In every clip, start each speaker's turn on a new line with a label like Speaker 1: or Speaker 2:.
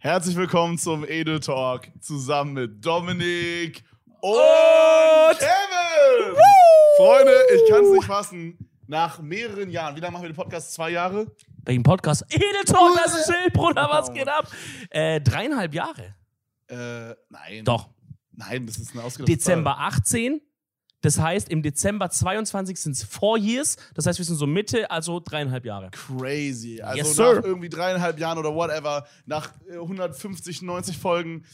Speaker 1: Herzlich willkommen zum Edel Talk zusammen mit Dominik und, Kevin. Freunde, ich kann es nicht fassen. Nach mehreren Jahren, wie lange machen wir den Podcast? Zwei Jahre?
Speaker 2: Welchen Podcast? Edel Talk, das ist Chill, Bruder, was geht ab? Äh, dreieinhalb Jahre.
Speaker 1: Äh, nein.
Speaker 2: Doch.
Speaker 1: Nein, das ist eine ausgedachte
Speaker 2: Dezember 18. Das heißt, im Dezember 22 sind es Four Years. Das heißt, wir sind so Mitte, also dreieinhalb Jahre.
Speaker 1: Zahl. Crazy. Also
Speaker 2: Yes,
Speaker 1: nach
Speaker 2: sir.
Speaker 1: irgendwie dreieinhalb Jahren oder whatever, nach äh, 150, 90 Folgen,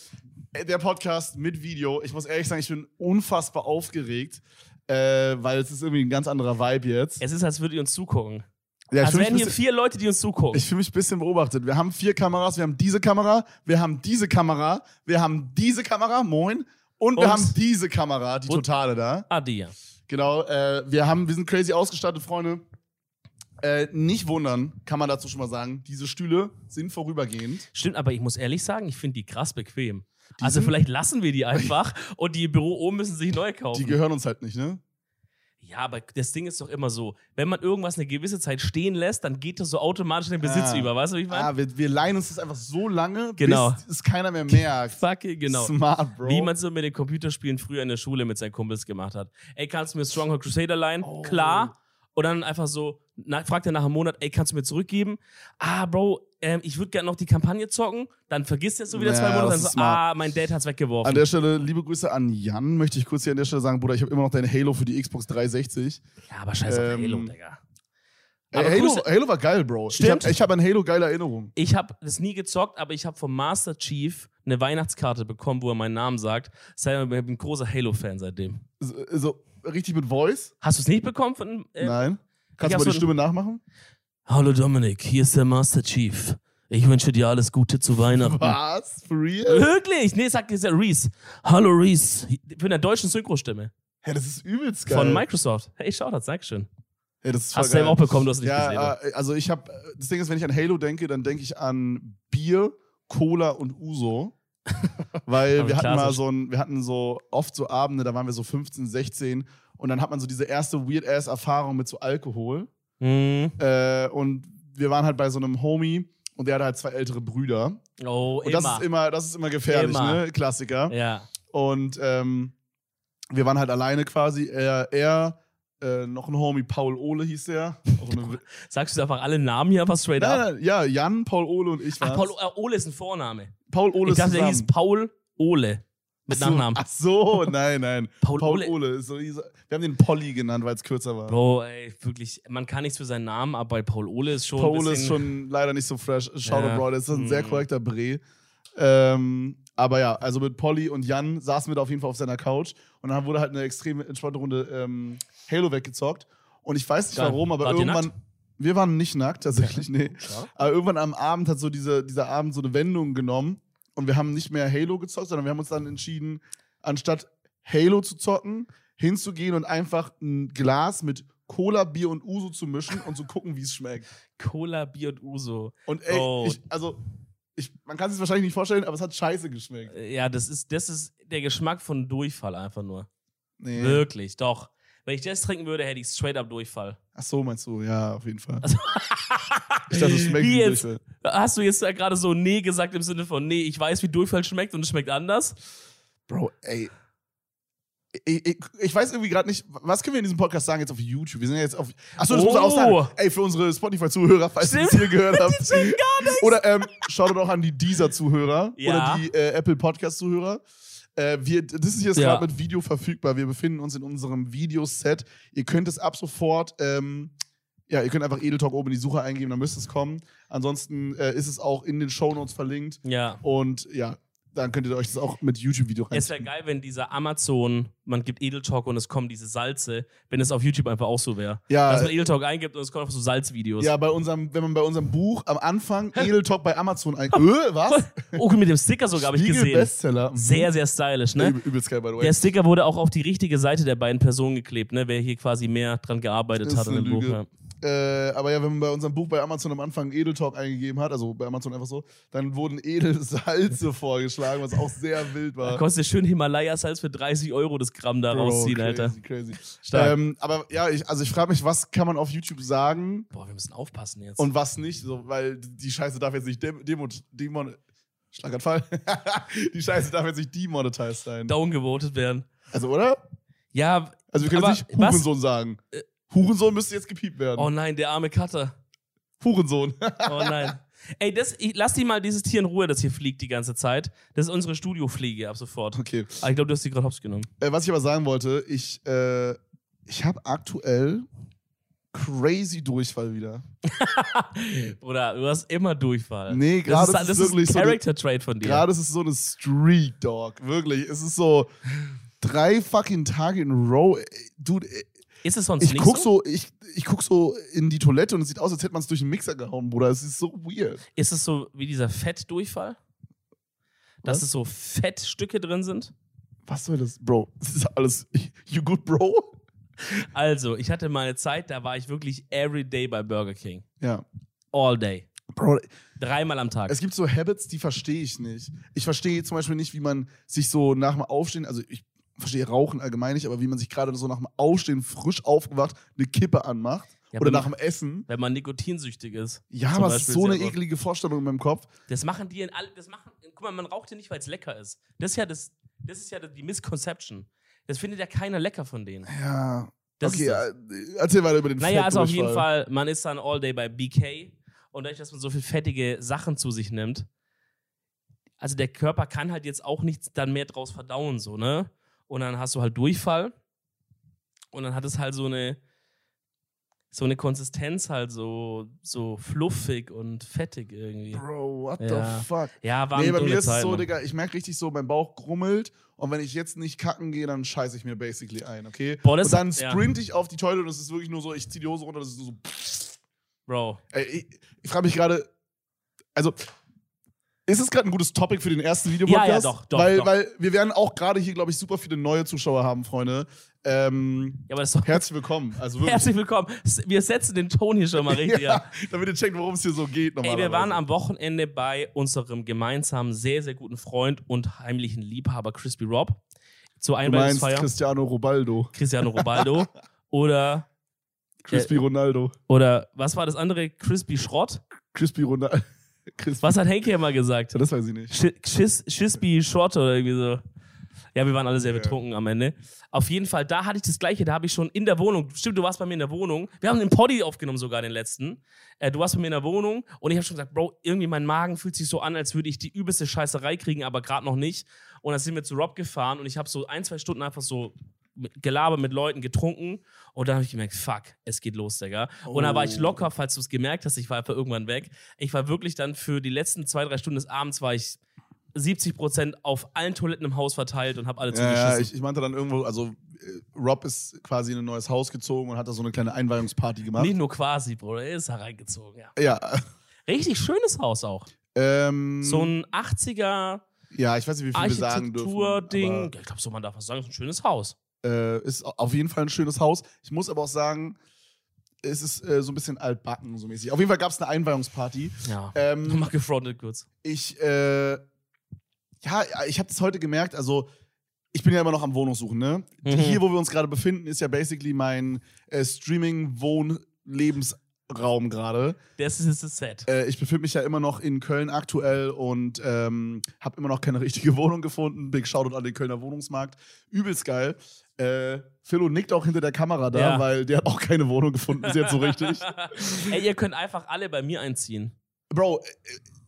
Speaker 1: äh, der Podcast mit Video. Ich muss ehrlich sagen, ich bin unfassbar aufgeregt, äh, weil es ist irgendwie ein ganz anderer Vibe jetzt.
Speaker 2: Es also ist, als würdet ihr uns zugucken.
Speaker 1: Ja, ich
Speaker 2: als
Speaker 1: fühl mich
Speaker 2: wären
Speaker 1: ein
Speaker 2: hier
Speaker 1: bisschen-
Speaker 2: vier Leute, die uns zugucken.
Speaker 1: Ich fühle mich ein bisschen beobachtet. Wir haben vier Kameras. Wir haben diese Kamera, wir haben diese Kamera, wir haben diese Kamera, moin. Und wir
Speaker 2: Und-
Speaker 1: haben diese Kamera, die
Speaker 2: Und-
Speaker 1: totale da.
Speaker 2: Adia.
Speaker 1: Genau, äh, wir, haben, wir sind crazy ausgestattet, Freunde. Äh, nicht wundern, kann man dazu schon mal sagen. Diese Stühle sind vorübergehend.
Speaker 2: Stimmt, aber ich muss ehrlich sagen, ich finde die krass bequem.
Speaker 1: Die
Speaker 2: also
Speaker 1: sind-
Speaker 2: vielleicht lassen wir die einfach und die im Büro oben müssen sich neu
Speaker 1: Die
Speaker 2: kaufen.
Speaker 1: gehören uns halt nicht, ne?
Speaker 2: Ja, aber das Ding ist doch immer so, wenn man irgendwas eine gewisse Zeit stehen lässt, dann geht das so automatisch in den Besitz
Speaker 1: Ah.
Speaker 2: über. Weißt du, wie ich meine?
Speaker 1: Ah, wir, wir leihen uns das einfach so lange,
Speaker 2: Genau.
Speaker 1: bis es keiner mehr merkt.
Speaker 2: Fucking genau.
Speaker 1: Smart, Bro.
Speaker 2: Wie man so mit den Computerspielen früher in der Schule mit seinen Kumpels gemacht hat. Ey, kannst du mir Stronghold Crusader leihen?
Speaker 1: Oh.
Speaker 2: Klar. Und dann einfach so, na, fragt er nach einem Monat, ey, kannst du mir zurückgeben? Ah, Bro, ähm, ich würde gerne noch die Kampagne zocken. Dann vergisst er es so wieder
Speaker 1: Ja,
Speaker 2: zwei Monate.
Speaker 1: das
Speaker 2: Dann
Speaker 1: ist
Speaker 2: so,
Speaker 1: smart.
Speaker 2: ah, mein Dad hat's
Speaker 1: An
Speaker 2: weggeworfen.
Speaker 1: der Stelle, liebe Grüße an Jan, möchte ich kurz hier an der Stelle sagen, Bruder, ich habe immer noch dein Halo für die Xbox 360.
Speaker 2: Ja, aber scheiß auf
Speaker 1: Ähm,
Speaker 2: Halo, Digga. Aber
Speaker 1: Ey, Halo,
Speaker 2: Grüße-
Speaker 1: Halo war geil, Bro.
Speaker 2: Stimmt.
Speaker 1: Ich habe ich hab an Halo geile Erinnerungen.
Speaker 2: Ich habe das nie gezockt, aber ich habe vom Master Chief eine Weihnachtskarte bekommen, wo er meinen Namen sagt. Ich bin ein großer Halo-Fan seitdem.
Speaker 1: So, so richtig mit Voice?
Speaker 2: Hast du es nicht bekommen von äh,
Speaker 1: Nein. Kannst du mal
Speaker 2: hab so
Speaker 1: die
Speaker 2: ein-
Speaker 1: Stimme nachmachen?
Speaker 2: Hallo Dominik, hier ist der Master Chief. Ich wünsche dir alles Gute zu Weihnachten.
Speaker 1: Was? For real?
Speaker 2: Wirklich? Nee, sagt dieser Reese. Hallo Reese. Von der deutschen Synchrostimme.
Speaker 1: Hä, das ist übelst geil.
Speaker 2: Von Microsoft. Hey, Shoutouts, Dankeschön.
Speaker 1: Hä, das ist voll
Speaker 2: Hast du
Speaker 1: geil.
Speaker 2: eben auch bekommen, du hast es nicht gesehen.
Speaker 1: Ja,
Speaker 2: ne?
Speaker 1: äh, also ich habe, das Ding ist, wenn ich an Halo denke, dann denke ich an Bier, Cola und Uso. Weil
Speaker 2: Aber
Speaker 1: wir hatten
Speaker 2: klar,
Speaker 1: mal
Speaker 2: so-
Speaker 1: so ein, wir hatten so oft so Abende, da waren wir so 15, 16 und dann hat man so diese erste Weird-Ass-Erfahrung mit so Alkohol.
Speaker 2: Hm.
Speaker 1: Äh, und wir waren halt bei so einem Homie und der hatte halt zwei ältere Brüder.
Speaker 2: Oh,
Speaker 1: Und
Speaker 2: immer.
Speaker 1: das ist immer, das ist immer gefährlich,
Speaker 2: Immer.
Speaker 1: ne? Klassiker.
Speaker 2: ja.
Speaker 1: Und ähm, wir waren halt alleine quasi. Er, er äh, noch ein Homie, Paul Ole hieß der. Auch eine,
Speaker 2: Sagst du einfach alle Namen hier einfach straight
Speaker 1: nein,
Speaker 2: up?
Speaker 1: nein, ja, Jan, Paul Ole und ich
Speaker 2: Ach,
Speaker 1: waren.
Speaker 2: Paul, äh, Ole ist ein Vorname.
Speaker 1: Paul Ole
Speaker 2: ich dachte,
Speaker 1: zusammen.
Speaker 2: der hieß Paul Ole. Mit
Speaker 1: Ach so,
Speaker 2: Nachnamen.
Speaker 1: Ach so, nein, nein.
Speaker 2: Paul,
Speaker 1: Paul
Speaker 2: Ole.
Speaker 1: Ole. ist So, hieß er. wir haben den Polly genannt, weil es kürzer war.
Speaker 2: Bro, ey, wirklich, man kann nichts für seinen Namen, aber bei Paul Ole ist schon.
Speaker 1: Paul
Speaker 2: ein
Speaker 1: Ole
Speaker 2: bisschen,
Speaker 1: ist schon leider nicht so fresh. Shoutout,
Speaker 2: Ja.
Speaker 1: Bro, das ist ein
Speaker 2: Mhm.
Speaker 1: sehr korrekter Bre. Ähm, aber ja, also mit Polly und Jan saßen wir da auf jeden Fall auf seiner Couch und dann wurde halt eine extrem entspannte Runde ähm, Halo weggezockt. Und ich weiß nicht
Speaker 2: Geil.
Speaker 1: warum, aber
Speaker 2: Wart ihr
Speaker 1: irgendwann. Wir waren nicht nackt, tatsächlich, nee.
Speaker 2: Ja.
Speaker 1: Aber irgendwann am Abend hat so diese, dieser Abend so eine Wendung genommen und wir haben nicht mehr Halo gezockt, sondern wir haben uns dann entschieden, anstatt Halo zu zocken, hinzugehen und einfach ein Glas mit Cola, Bier und Uso zu mischen und zu gucken, wie es schmeckt.
Speaker 2: Cola, Bier und Uso.
Speaker 1: Und ey,
Speaker 2: Oh.
Speaker 1: ich, also, ich, man kann es sich wahrscheinlich nicht vorstellen, aber es hat scheiße geschmeckt.
Speaker 2: Äh, Ja, das ist, das ist der Geschmack von Durchfall einfach nur.
Speaker 1: Nee.
Speaker 2: Wirklich, doch. Wenn ich das trinken würde, hätte ich straight up Durchfall.
Speaker 1: Ach so, meinst du? Ja, auf jeden Fall.
Speaker 2: Also-
Speaker 1: ich dachte, es schmeckt
Speaker 2: Wie
Speaker 1: wie
Speaker 2: jetzt?
Speaker 1: Durchfall.
Speaker 2: Hast du jetzt da gerade so nee gesagt im Sinne von nee, ich weiß, wie Durchfall schmeckt und es schmeckt anders?
Speaker 1: Bro, ey. Ich, ich, ich weiß irgendwie gerade nicht, was können wir in diesem Podcast sagen jetzt auf YouTube? Wir sind ja jetzt auf. Achso, das muss man auch
Speaker 2: Oh.
Speaker 1: sagen. Ey, für unsere Spotify-Zuhörer, falls ihr das
Speaker 2: Stimmt.
Speaker 1: hier gehört habt.
Speaker 2: checken
Speaker 1: Oder ähm, schaut doch an die Deezer-Zuhörer
Speaker 2: Ja.
Speaker 1: oder die äh, Apple Podcast-Zuhörer. Äh, wir, das ist jetzt
Speaker 2: Ja.
Speaker 1: gerade mit Video verfügbar. Wir befinden uns in unserem Videoset. Ihr könnt es ab sofort, ähm, ja, ihr könnt einfach Edeltalk oben in die Suche eingeben, dann müsste es kommen. Ansonsten äh, ist es auch in den Shownotes verlinkt.
Speaker 2: Ja.
Speaker 1: Und ja, dann könnt ihr euch das auch mit YouTube-Video rein.
Speaker 2: Es wäre geil, wenn dieser Amazon, man gibt Edeltalk und es kommen diese Salze, wenn es auf YouTube einfach auch so wäre.
Speaker 1: Ja,
Speaker 2: Dass man Edeltalk eingibt und es kommen einfach so Salzvideos.
Speaker 1: Äh, ja, bei unserem, wenn man bei unserem Buch am Anfang Edeltalk bei Amazon ein. Öh, was?
Speaker 2: Oh, mit dem Sticker sogar habe ich
Speaker 1: Spiegel
Speaker 2: gesehen.
Speaker 1: Bestseller. Mhm.
Speaker 2: Sehr, sehr stylisch, ne?
Speaker 1: Übel- Übelst geil, by the way.
Speaker 2: Der Sticker wurde auch auf die richtige Seite der beiden Personen geklebt, ne? Wer hier quasi mehr dran gearbeitet
Speaker 1: Das
Speaker 2: hat
Speaker 1: ist
Speaker 2: an
Speaker 1: eine
Speaker 2: dem Buch.
Speaker 1: Lüge.
Speaker 2: Ja.
Speaker 1: Äh, aber ja, wenn man bei unserem Buch bei Amazon am Anfang Edeltalk eingegeben hat, also bei Amazon einfach so, dann wurden Edelsalze vorgeschlagen, was auch sehr wild
Speaker 2: Da
Speaker 1: war.
Speaker 2: kostet der schön Himalaya-Salz für 30 Euro das Gramm da
Speaker 1: Bro,
Speaker 2: rausziehen,
Speaker 1: crazy,
Speaker 2: Alter.
Speaker 1: Crazy.
Speaker 2: Stark.
Speaker 1: Ähm, aber ja, ich, also ich frage mich, was kann man auf YouTube sagen
Speaker 2: Boah, wir müssen aufpassen jetzt.
Speaker 1: und was nicht, so, weil die Scheiße darf jetzt nicht dem, demon, demon, Schlaganfall. die Scheiße darf jetzt nicht demonetized sein.
Speaker 2: downgevotet werden.
Speaker 1: Also, oder?
Speaker 2: Ja,
Speaker 1: Also, wir können jetzt
Speaker 2: Aber Äh,
Speaker 1: nicht Hurensohn sagen. Hurensohn müsste jetzt gepiept werden.
Speaker 2: oh nein, der arme Cutter.
Speaker 1: Hurensohn.
Speaker 2: Oh nein. Ey, das, ich, lass die mal dieses Tier in Ruhe, das hier fliegt die ganze Zeit. Das ist unsere Studiofliege ab sofort.
Speaker 1: okay.
Speaker 2: Aber ich glaube, du hast die gerade hops genommen.
Speaker 1: Äh, was ich aber sagen wollte, ich, äh, ich habe aktuell crazy Durchfall wieder. Äh.
Speaker 2: Bruder, du hast immer Durchfall.
Speaker 1: Nee, gerade
Speaker 2: Äh, Das
Speaker 1: ist es
Speaker 2: ist, das
Speaker 1: wirklich
Speaker 2: ist
Speaker 1: so
Speaker 2: ein
Speaker 1: eine-
Speaker 2: Character-Trait von dir.
Speaker 1: Gerade ist es so eine Street Dog. Wirklich. Es ist so drei fucking Tage in a row. Ey, Dude, ey,
Speaker 2: ist es sonst
Speaker 1: ich
Speaker 2: nicht
Speaker 1: guck
Speaker 2: so?
Speaker 1: so, ich, ich guck so in die Toilette und es sieht aus, als hätte man es durch den Mixer gehauen, Bruder. Es ist so weird.
Speaker 2: Ist es so wie dieser Fettdurchfall? Dass
Speaker 1: Was?
Speaker 2: es so Fettstücke drin sind?
Speaker 1: Was soll das, Bro? Das ist alles. You good, Bro?
Speaker 2: Also, ich hatte mal eine Zeit, da war ich wirklich every day bei Burger King.
Speaker 1: Ja.
Speaker 2: All day.
Speaker 1: Bro,
Speaker 2: Dreimal am Tag.
Speaker 1: es gibt so Habits, die verstehe ich nicht. Ich verstehe zum Beispiel nicht, wie man sich so nach dem Aufstehen, also ich verstehe Rauchen allgemein nicht, aber wie man sich gerade so nach dem Aufstehen frisch aufgewacht eine Kippe anmacht
Speaker 2: Ja,
Speaker 1: oder
Speaker 2: wenn,
Speaker 1: nach dem Essen.
Speaker 2: wenn man nikotinsüchtig ist.
Speaker 1: Ja,
Speaker 2: Zum
Speaker 1: aber es ist
Speaker 2: Beispiel
Speaker 1: so eine
Speaker 2: sehr oft.
Speaker 1: eklige Vorstellung in meinem Kopf.
Speaker 2: Das machen die in alle, das machen, guck mal, man raucht ja nicht, weil es lecker ist. Das ist ja das, das ist ja die Misconception. Das findet ja keiner lecker von denen.
Speaker 1: Ja.
Speaker 2: Das
Speaker 1: okay,
Speaker 2: ist das.
Speaker 1: äh, erzähl weiter über den
Speaker 2: Naja, also auf jeden
Speaker 1: Fettdurchfall.
Speaker 2: Fall, man ist dann all day bei BK und dadurch, dass man so viel fettige Sachen zu sich nimmt, also der Körper kann halt jetzt auch nichts dann mehr draus verdauen, so, ne? Und dann hast du halt Durchfall und dann hat es halt so eine, so eine Konsistenz halt so, so fluffig und fettig irgendwie.
Speaker 1: Bro, what
Speaker 2: Ja.
Speaker 1: the fuck?
Speaker 2: Ja, war
Speaker 1: nee,
Speaker 2: eine
Speaker 1: bei mir
Speaker 2: dumme
Speaker 1: ist
Speaker 2: Zeit,
Speaker 1: es so,
Speaker 2: Mann.
Speaker 1: Digga, ich merke richtig so, mein Bauch grummelt und wenn ich jetzt nicht kacken gehe, dann scheiße ich mir basically ein, okay?
Speaker 2: Boah, das
Speaker 1: und dann
Speaker 2: ist- ja.
Speaker 1: sprint ich auf die Toilette und es ist wirklich nur so, ich ziehe die Hose runter, das ist nur so.
Speaker 2: Bro.
Speaker 1: Ey, ich ich frage mich gerade, also. Ist es gerade ein gutes Topic für den ersten Videopodcast?
Speaker 2: Ja, ja, doch, doch,
Speaker 1: Weil,
Speaker 2: doch.
Speaker 1: weil wir werden auch gerade hier, glaube ich, super viele neue Zuschauer haben, Freunde. Ähm,
Speaker 2: Ja, aber das ist doch
Speaker 1: herzlich willkommen. Also wirklich.
Speaker 2: Herzlich willkommen. S- Wir setzen den Ton hier schon mal richtig ab.
Speaker 1: Ja, damit ihr checkt, worum es hier so geht
Speaker 2: Ey,
Speaker 1: normalerweise.
Speaker 2: wir waren am Wochenende bei unserem gemeinsamen, sehr, sehr guten Freund und heimlichen Liebhaber Crispy Rob zur
Speaker 1: Du meinst
Speaker 2: Einweihungsfeier.
Speaker 1: Cristiano Robaldo,
Speaker 2: Cristiano Robaldo oder, Äh,
Speaker 1: Crispy Ronaldo,
Speaker 2: oder was war das andere? Crispy Schrott?
Speaker 1: Crispy Ronaldo. Crispy.
Speaker 2: Was hat Henke immer gesagt?
Speaker 1: Ja, das weiß ich nicht.
Speaker 2: Schi- Schiss- Schispy Schrott oder irgendwie so. Ja, wir waren alle sehr
Speaker 1: Ja.
Speaker 2: betrunken am Ende. Auf jeden Fall, da hatte ich das Gleiche. Da habe ich schon in der Wohnung, stimmt, du warst bei mir in der Wohnung. Wir haben den Poddy aufgenommen, sogar den letzten. Äh, du warst bei mir in der Wohnung und ich habe schon gesagt, Bro, irgendwie mein Magen fühlt sich so an, als würde ich die übelste Scheißerei kriegen, aber gerade noch nicht. Und dann sind wir zu Rob gefahren und ich habe so ein, zwei Stunden einfach so mit- gelabert mit Leuten getrunken. Und dann habe ich gemerkt, fuck, es geht los, Digga. Und da war ich
Speaker 1: Oh.
Speaker 2: locker, falls du es gemerkt hast, ich war einfach irgendwann weg. Ich war wirklich dann für die letzten zwei, drei Stunden des Abends war ich 70 Prozent auf allen Toiletten im Haus verteilt und habe alle
Speaker 1: Ja, ja,
Speaker 2: zugeschissen.
Speaker 1: ich, ich meinte dann irgendwo, also äh, Rob ist quasi in ein neues Haus gezogen und hat da so eine kleine Einweihungsparty gemacht.
Speaker 2: Nicht nur quasi, Bruder, er ist da reingezogen, ja.
Speaker 1: Ja,
Speaker 2: Richtig schönes Haus auch.
Speaker 1: ähm,
Speaker 2: So ein 80er
Speaker 1: ja, ich weiß nicht, wie viel wir sagen dürfen.
Speaker 2: Architektur-Ding. Ja, Ich glaube, so man darf was sagen, ist ein schönes Haus.
Speaker 1: aber, Äh, ist au- auf jeden Fall ein schönes Haus. Ich muss aber auch sagen, es ist äh, so ein bisschen altbacken, so mäßig. Auf jeden Fall gab es eine Einweihungsparty.
Speaker 2: Ja.
Speaker 1: Ähm,
Speaker 2: Mal gefrontet kurz.
Speaker 1: ich, äh, ja, ich habe das heute gemerkt, also ich bin ja immer noch am Wohnungssuchen, ne?
Speaker 2: Mhm.
Speaker 1: Hier, wo wir uns gerade befinden, ist ja basically mein äh, Streaming-Wohn-Lebensraum gerade.
Speaker 2: Das ist das Set.
Speaker 1: Äh, ich befinde mich ja immer noch in Köln aktuell und ähm, habe immer noch keine richtige Wohnung gefunden. Big Shoutout an den Kölner Wohnungsmarkt. Übelst geil. Äh, Philo nickt auch hinter der Kamera da,
Speaker 2: Ja.
Speaker 1: weil der hat auch keine Wohnung gefunden bis jetzt so richtig.
Speaker 2: Ey, ihr könnt einfach alle bei mir einziehen.
Speaker 1: Bro, äh,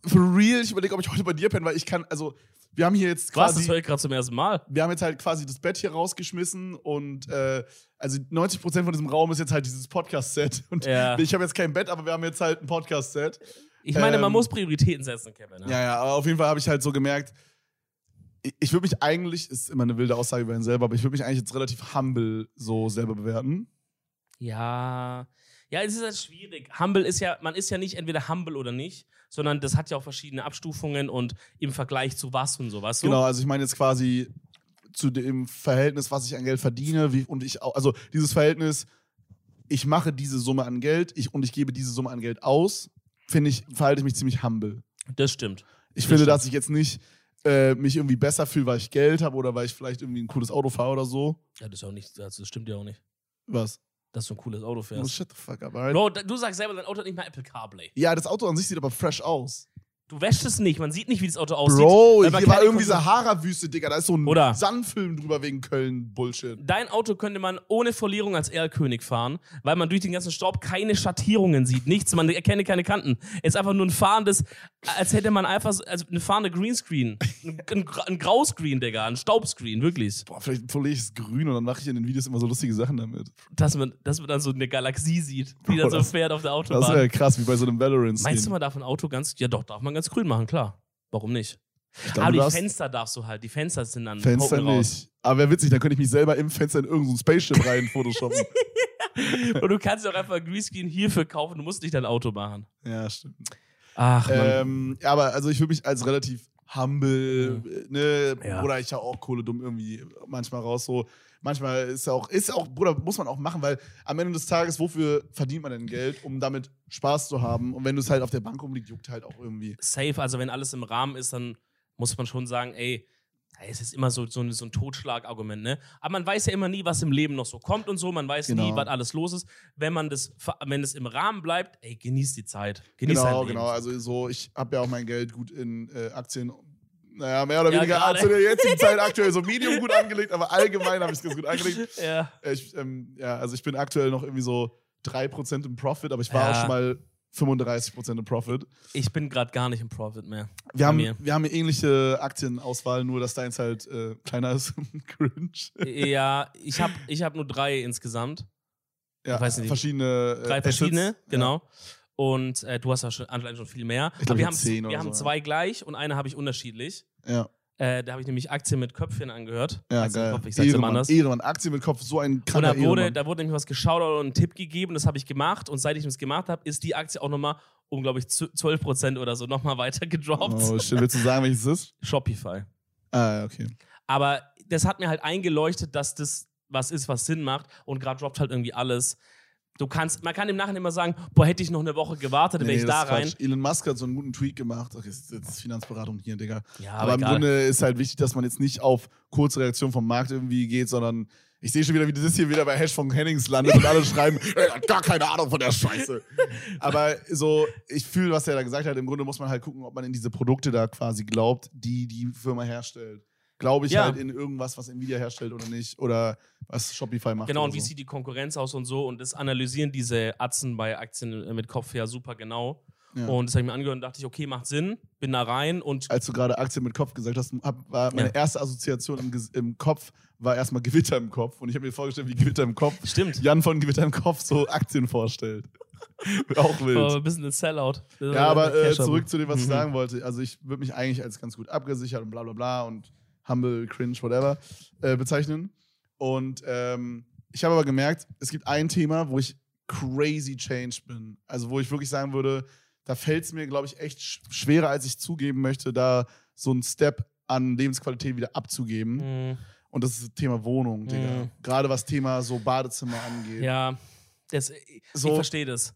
Speaker 1: for real, ich überlege, ob ich heute bei dir penne, weil ich kann, also, wir haben hier jetzt
Speaker 2: Was?
Speaker 1: quasi...
Speaker 2: Das höre ich gerade zum ersten Mal.
Speaker 1: wir haben jetzt halt quasi das Bett hier rausgeschmissen und äh, also 90 Prozent von diesem Raum ist jetzt halt dieses Podcast-Set. Und
Speaker 2: Ja.
Speaker 1: ich habe jetzt kein Bett, aber wir haben jetzt halt ein Podcast-Set.
Speaker 2: Ich meine, man
Speaker 1: Ähm,
Speaker 2: muss Prioritäten setzen, Kevin. ne?
Speaker 1: Ja, ja, aber auf jeden Fall habe ich halt so gemerkt, ich, ich würde mich eigentlich, ist immer eine wilde Aussage über ihn selber, aber ich würde mich eigentlich jetzt relativ humble so selber bewerten.
Speaker 2: Ja. Ja, es ist halt schwierig. Humble ist ja, man ist ja nicht entweder humble oder nicht, sondern das hat ja auch verschiedene Abstufungen und im Vergleich zu was und so, weißt du?
Speaker 1: Genau, also ich meine jetzt quasi zu dem Verhältnis, was ich an Geld verdiene, wie, und ich auch, also dieses Verhältnis, ich mache diese Summe an Geld ich, und ich gebe diese Summe an Geld aus, finde ich, verhalte ich mich ziemlich humble.
Speaker 2: Das stimmt.
Speaker 1: Ich
Speaker 2: Das
Speaker 1: finde,
Speaker 2: stimmt.
Speaker 1: dass ich jetzt nicht äh, mich irgendwie besser fühle, weil ich Geld habe oder weil ich vielleicht irgendwie ein cooles Auto fahre oder so.
Speaker 2: Ja, das ist auch nicht, also das stimmt ja auch nicht,
Speaker 1: Was?
Speaker 2: dass du ein cooles Auto
Speaker 1: Oh,
Speaker 2: fährst.
Speaker 1: shut the fuck up, alright?
Speaker 2: Bro, da- du sagst selber, dein Auto hat nicht mal Apple CarPlay.
Speaker 1: Ja, das Auto an sich sieht aber fresh aus.
Speaker 2: Du wäschst es nicht, man sieht nicht, wie das Auto aussieht.
Speaker 1: Bro,
Speaker 2: weil
Speaker 1: hier
Speaker 2: man
Speaker 1: war
Speaker 2: keine
Speaker 1: irgendwie
Speaker 2: Kontrolle-
Speaker 1: Sahara-Wüste, Digga. Da ist so ein
Speaker 2: Oder?
Speaker 1: Sandfilm drüber wegen Köln-Bullshit.
Speaker 2: Dein Auto könnte man ohne Verlierung als Erlkönig fahren, weil man durch den ganzen Staub keine Schattierungen sieht, nichts, man erkenne keine Kanten. Es ist einfach nur ein fahrendes, als hätte man einfach so- also eine fahrende Greenscreen. Ein, ein, Gra- ein Grauscreen, Digga, ein Staubscreen, wirklich.
Speaker 1: Boah, vielleicht verlege ich es grün und dann mache ich in den Videos immer so lustige Sachen damit.
Speaker 2: Dass man, dass man dann so eine Galaxie sieht, die dann
Speaker 1: Bro,
Speaker 2: so
Speaker 1: das-
Speaker 2: fährt auf der Autobahn.
Speaker 1: Das wäre krass, wie bei so einem valorant
Speaker 2: Meinst du, man darf ein Auto ganz, ja doch, darf man ganz grün machen, klar. Warum nicht?
Speaker 1: ich glaub,
Speaker 2: Aber
Speaker 1: du
Speaker 2: die
Speaker 1: darfst-
Speaker 2: Fenster darfst du halt, die Fenster sind dann
Speaker 1: Fenster
Speaker 2: poken raus.
Speaker 1: nicht. Aber wäre witzig, dann könnte ich mich selber im Fenster in irgendein Spaceship rein photoshoppen.
Speaker 2: Und du kannst dir auch einfach ein Greenscreen hierfür kaufen, du musst nicht dein Auto machen.
Speaker 1: ja, stimmt.
Speaker 2: Ach, Mann.
Speaker 1: Ähm, ja, aber also ich fühle mich als relativ humble, äh, ne,
Speaker 2: Ja.
Speaker 1: Bruder, ich hau auch Kohle dumm irgendwie manchmal raus, so. Manchmal ist ja auch, ist ja auch, Bruder, muss man auch machen, weil am Ende des Tages, wofür verdient man denn Geld, um damit Spaß zu haben? Und wenn du es halt auf der Bank rumliegt, juckt halt auch irgendwie.
Speaker 2: safe, also wenn alles im Rahmen ist, dann muss man schon sagen, ey, ja, es ist immer so, so, ein- so ein Totschlagargument, ne? Aber man weiß ja immer nie, was im Leben noch so kommt und so, man weiß nie,
Speaker 1: Genau.
Speaker 2: was alles los ist. Wenn man das, ver- wenn es im Rahmen bleibt, ey, genieß die Zeit. Genieß dein
Speaker 1: Genau,
Speaker 2: Leben.
Speaker 1: genau. Also so, ich habe ja auch mein Geld gut in äh, Aktien, naja, mehr oder
Speaker 2: Ja,
Speaker 1: weniger
Speaker 2: gerade.
Speaker 1: zu der jetzigen Zeit aktuell so medium gut angelegt, aber allgemein habe ich es ganz gut angelegt.
Speaker 2: Ja.
Speaker 1: Äh, Ich, ähm, ja, also ich bin aktuell noch irgendwie so 3% im Profit, aber ich war
Speaker 2: Ja.
Speaker 1: auch schon mal 35% im Profit.
Speaker 2: Ich bin gerade gar nicht im Profit mehr.
Speaker 1: Wir
Speaker 2: Bei
Speaker 1: haben,
Speaker 2: mir.
Speaker 1: wir haben eine ähnliche Aktienauswahl, nur dass deins halt äh, kleiner ist. Cringe.
Speaker 2: ja, ich habe ich hab nur drei insgesamt.
Speaker 1: Ja,
Speaker 2: weiß nicht.
Speaker 1: verschiedene. äh,
Speaker 2: drei
Speaker 1: Assets.
Speaker 2: verschiedene,
Speaker 1: Ja.
Speaker 2: genau. Und äh, du hast ja schon, anscheinend schon viel mehr.
Speaker 1: glaub,
Speaker 2: Aber
Speaker 1: ich
Speaker 2: wir
Speaker 1: hab
Speaker 2: haben,
Speaker 1: zehn
Speaker 2: wir
Speaker 1: oder
Speaker 2: haben
Speaker 1: so, ja.
Speaker 2: zwei gleich und eine habe ich unterschiedlich.
Speaker 1: Ja,
Speaker 2: Äh, da habe ich nämlich Aktien mit Köpfchen angehört.
Speaker 1: ja
Speaker 2: Aktien
Speaker 1: geil.
Speaker 2: Mit Kopf, ich sag's immer
Speaker 1: Ehrenmann,
Speaker 2: anders.
Speaker 1: Ehrenmann, Aktien mit Kopf, so ein
Speaker 2: Und
Speaker 1: kranker
Speaker 2: da wurde,
Speaker 1: Ehrenmann.
Speaker 2: da wurde nämlich was geschaut und einen Tipp gegeben, das habe ich gemacht. Und seit ich das gemacht habe, ist die Aktie auch nochmal um, glaube ich, zw- 12% oder so nochmal weiter gedroppt.
Speaker 1: oh, shit, willst du sagen, welches es ist?
Speaker 2: Shopify.
Speaker 1: Ah, ja, okay.
Speaker 2: Aber das hat mir halt eingeleuchtet, dass das was ist, was Sinn macht. Und gerade droppt halt irgendwie alles. Du kannst, man kann im Nachhinein immer sagen, boah, hätte ich noch eine Woche gewartet, wäre ich
Speaker 1: das
Speaker 2: da
Speaker 1: ist
Speaker 2: rein.
Speaker 1: Quatsch. Elon Musk hat so einen guten Tweet gemacht. Okay, das ist das ist Finanzberatung hier, Digga.
Speaker 2: Ja,
Speaker 1: Aber, im
Speaker 2: egal.
Speaker 1: Grunde ist halt wichtig, dass man jetzt nicht auf kurze Reaktion vom Markt irgendwie geht, sondern ich sehe schon wieder, wie das hier wieder bei Hash von Hennings landet und alle schreiben, er hat gar keine Ahnung von der Scheiße. Aber so, ich fühle, was er da gesagt hat. Im Grunde muss man halt gucken, ob man in diese Produkte da quasi glaubt, die die Firma herstellt. Glaube ich
Speaker 2: Ja.
Speaker 1: halt in irgendwas, was Nvidia herstellt oder nicht oder was Shopify macht.
Speaker 2: Genau,
Speaker 1: oder
Speaker 2: und wie
Speaker 1: so.
Speaker 2: sieht die Konkurrenz aus und so. Und das analysieren diese Atzen bei Aktien äh, mit Kopf ja super genau.
Speaker 1: Ja.
Speaker 2: Und das habe ich mir angehört und dachte ich, okay, macht Sinn, bin da rein und
Speaker 1: Als du gerade Aktien mit Kopf gesagt hast, hab, war meine
Speaker 2: Ja.
Speaker 1: erste Assoziation im, Ges- im Kopf war erstmal Gewitter im Kopf. Und ich habe mir vorgestellt, wie Gewitter im Kopf
Speaker 2: stimmt.
Speaker 1: Jan von Gewitter im Kopf so Aktien vorstellt. Auch
Speaker 2: War
Speaker 1: wild.
Speaker 2: ein bisschen ein Sellout.
Speaker 1: Ja, aber äh, zurück zu dem, was ich
Speaker 2: Mhm.
Speaker 1: sagen wollte. Also ich würde mich eigentlich als ganz gut abgesichert und bla bla bla und humble, cringe, whatever äh, bezeichnen. Und ähm, ich habe aber gemerkt, es gibt ein Thema, wo ich crazy changed bin. Also wo ich wirklich sagen würde, da fällt es mir, glaube ich, echt sch schwerer, als ich zugeben möchte, da so einen Step an Lebensqualität wieder abzugeben.
Speaker 2: Mhm.
Speaker 1: Und das ist das Thema Wohnung, Digga.
Speaker 2: Mhm.
Speaker 1: Gerade was Thema so Badezimmer angeht.
Speaker 2: Ja, das, ich
Speaker 1: So-
Speaker 2: verstehe das.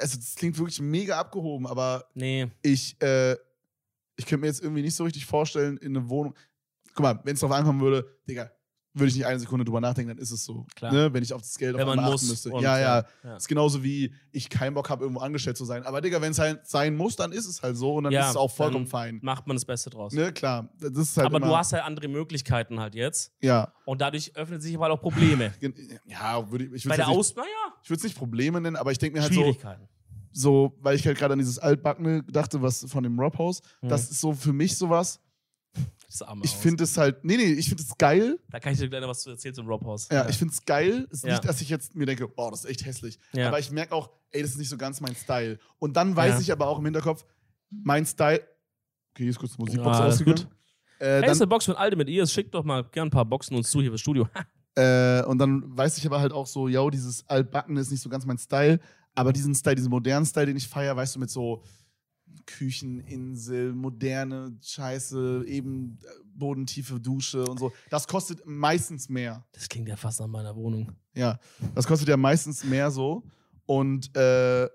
Speaker 1: also das klingt wirklich mega abgehoben, aber
Speaker 2: Nee,
Speaker 1: ich, äh, ich könnte mir jetzt irgendwie nicht so richtig vorstellen, in eine Wohnung. Guck mal, wenn es drauf ankommen würde, Digga, würde ich nicht eine Sekunde drüber nachdenken, dann ist es so.
Speaker 2: Klar.
Speaker 1: Ne? Wenn ich auf das Geld
Speaker 2: wenn
Speaker 1: auf
Speaker 2: man
Speaker 1: einmal
Speaker 2: muss.
Speaker 1: achten müsste.
Speaker 2: und- äh,
Speaker 1: Ja, ja.
Speaker 2: ja.
Speaker 1: Ist genauso wie ich keinen Bock habe, irgendwo angestellt zu sein. Aber Digga, wenn es halt sein muss, dann ist es halt so und dann
Speaker 2: Ja,
Speaker 1: ist es auch vollkommen
Speaker 2: dann-
Speaker 1: fein.
Speaker 2: Macht man das Beste draus.
Speaker 1: Ne, klar. Das ist halt
Speaker 2: aber
Speaker 1: immer,
Speaker 2: du hast halt andere Möglichkeiten halt jetzt.
Speaker 1: Ja,
Speaker 2: Und dadurch öffnen sich aber auch Probleme.
Speaker 1: Gen- ja würde ich, ich
Speaker 2: Bei
Speaker 1: würde
Speaker 2: der
Speaker 1: es
Speaker 2: Aus, naja,
Speaker 1: nicht, nicht Probleme nennen, aber ich denke mir halt so,
Speaker 2: Schwierigkeiten.
Speaker 1: so, weil ich halt gerade an dieses Altbackene dachte, was von dem Rob House,
Speaker 2: Mhm.
Speaker 1: das ist so für mich sowas,
Speaker 2: Das arme
Speaker 1: Ich
Speaker 2: Haus.
Speaker 1: finde es halt, nee, nee, ich finde es geil.
Speaker 2: da kann ich dir gleich noch was zu erzählen zum Rob House.
Speaker 1: Ja, ich finde es geil. Ist
Speaker 2: Ja.
Speaker 1: nicht, dass ich jetzt mir denke, boah, das ist echt hässlich.
Speaker 2: Ja.
Speaker 1: Aber ich merke auch, ey, das ist nicht so ganz mein Style. Und dann weiß
Speaker 2: Ja.
Speaker 1: ich aber auch im Hinterkopf, mein Style. Okay, hier ist kurz die Musikbox
Speaker 2: Ja, Ah, alles
Speaker 1: ausgegangen. Äh,
Speaker 2: Hey, ist
Speaker 1: dann,
Speaker 2: eine Box von Alde mit ihr. Schickt doch mal gern ein paar Boxen uns zu hier fürs Studio.
Speaker 1: äh, und dann weiß ich aber halt auch so, yo, dieses Altbacken ist nicht so ganz mein Style. Aber diesen Style, diesen modernen Style, den ich feiere, weißt du, mit so Kücheninsel, moderne Scheiße, eben äh, bodentiefe Dusche und so. Das kostet meistens mehr.
Speaker 2: Das klingt ja fast nach meiner Wohnung.
Speaker 1: Ja, das kostet ja meistens mehr so. Und, äh,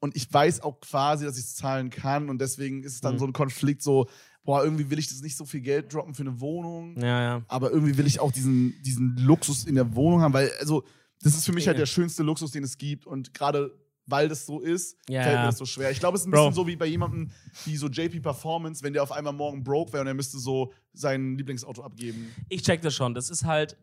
Speaker 1: und ich weiß auch quasi, dass ich es zahlen kann. Und deswegen ist es dann
Speaker 2: Mhm.
Speaker 1: so ein Konflikt, so, boah, irgendwie will ich das nicht so viel Geld droppen für eine Wohnung.
Speaker 2: Ja, ja.
Speaker 1: Aber irgendwie will ich auch diesen, diesen Luxus in der Wohnung haben, weil, also, das ist für mich
Speaker 2: Ja.
Speaker 1: halt der schönste Luxus, den es gibt. Und gerade weil das so ist,
Speaker 2: Ja,
Speaker 1: fällt
Speaker 2: ja.
Speaker 1: mir das so schwer. Ich glaube, es ist ein
Speaker 2: Bro.
Speaker 1: bisschen so wie bei jemandem, wie so JP Performance, wenn der auf einmal morgen broke wäre und er müsste so sein Lieblingsauto abgeben.
Speaker 2: Ich check das schon. Das ist halt,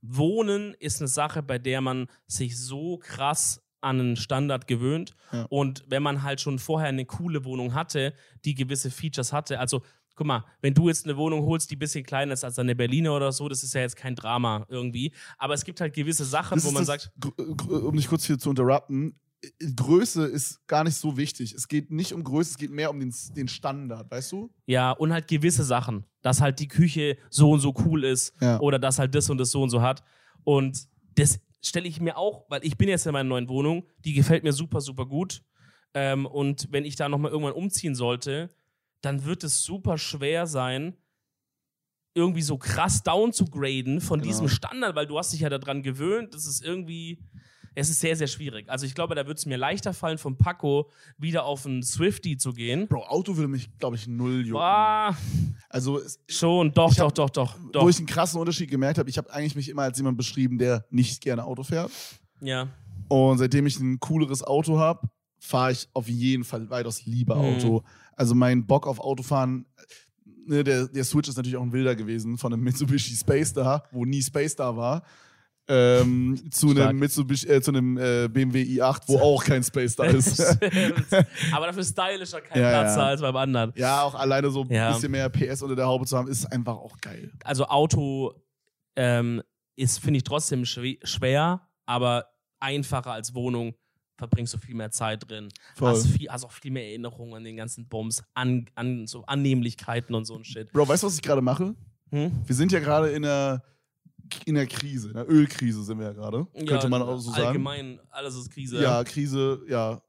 Speaker 2: Wohnen ist eine Sache, bei der man sich so krass an einen Standard gewöhnt.
Speaker 1: Ja.
Speaker 2: Und wenn man halt schon vorher eine coole Wohnung hatte, die gewisse Features hatte, also guck mal, wenn du jetzt eine Wohnung holst, die ein bisschen kleiner ist als eine Berliner oder so, das ist ja jetzt kein Drama irgendwie. Aber es gibt halt gewisse Sachen,
Speaker 1: Das
Speaker 2: wo
Speaker 1: ist
Speaker 2: man
Speaker 1: das-
Speaker 2: sagt,
Speaker 1: gr- gr- um dich kurz hier zu interrupten, äh, Größe ist gar nicht so wichtig. Es geht nicht um Größe, es geht mehr um den, den Standard, weißt du?
Speaker 2: ja, und halt gewisse Sachen, dass halt die Küche so und so cool ist
Speaker 1: Ja.
Speaker 2: oder dass halt das und das so und so hat. Und das stelle ich mir auch, weil ich bin jetzt in meiner neuen Wohnung, die gefällt mir super, super gut. Ähm, und wenn ich da nochmal irgendwann umziehen sollte, dann wird es super schwer sein, irgendwie so krass down zu graden von
Speaker 1: Genau.
Speaker 2: diesem Standard, weil du hast dich ja daran gewöhnt. Das ist irgendwie, es ist sehr, sehr schwierig. Also ich glaube, da wird es mir leichter fallen, von Paco wieder auf einen Swifty zu gehen. Ah.
Speaker 1: Bro, Auto würde mich, glaube ich, null jucken.
Speaker 2: Boah,
Speaker 1: Also, es,
Speaker 2: schon, doch,
Speaker 1: Ich
Speaker 2: doch,
Speaker 1: hab-
Speaker 2: doch, doch,
Speaker 1: wo
Speaker 2: doch.
Speaker 1: ich einen krassen Unterschied gemerkt habe, ich habe eigentlich mich immer als jemand beschrieben, der nicht gerne Auto fährt.
Speaker 2: Ja.
Speaker 1: Und seitdem ich ein cooleres Auto habe, fahre ich auf jeden Fall weitaus lieber
Speaker 2: Mhm.
Speaker 1: Auto. Also mein Bock auf Autofahren, ne, der, der Switch ist natürlich auch ein wilder gewesen von einem Mitsubishi Space Star, wo nie Space Star war. Ähm, zu
Speaker 2: Stark.
Speaker 1: einem Mitsubishi, äh, zu einem äh, BMW i8, wo auch kein Space Star ist.
Speaker 2: Stimmt. Aber dafür stylischer kein
Speaker 1: Ja,
Speaker 2: Platz
Speaker 1: ja.
Speaker 2: als beim anderen.
Speaker 1: ja, auch alleine so ein
Speaker 2: Ja.
Speaker 1: bisschen mehr PS unter der Haube zu haben, ist einfach auch geil.
Speaker 2: Also Auto ähm, ist, finde ich, trotzdem schwe schwer, aber einfacher als Wohnung. Verbringst du viel mehr Zeit drin.
Speaker 1: Voll.
Speaker 2: Hast, viel, hast auch viel mehr Erinnerungen an den ganzen Bums, an, an so Annehmlichkeiten und so ein Shit.
Speaker 1: Bro, weißt du, was ich gerade mache?
Speaker 2: Hm?
Speaker 1: Wir sind ja gerade in einer, in einer Krise, in einer Ölkrise sind wir ja gerade. könnte man auch so sagen.
Speaker 2: Allgemein, alles ist Krise.
Speaker 1: Ja, Krise, ja,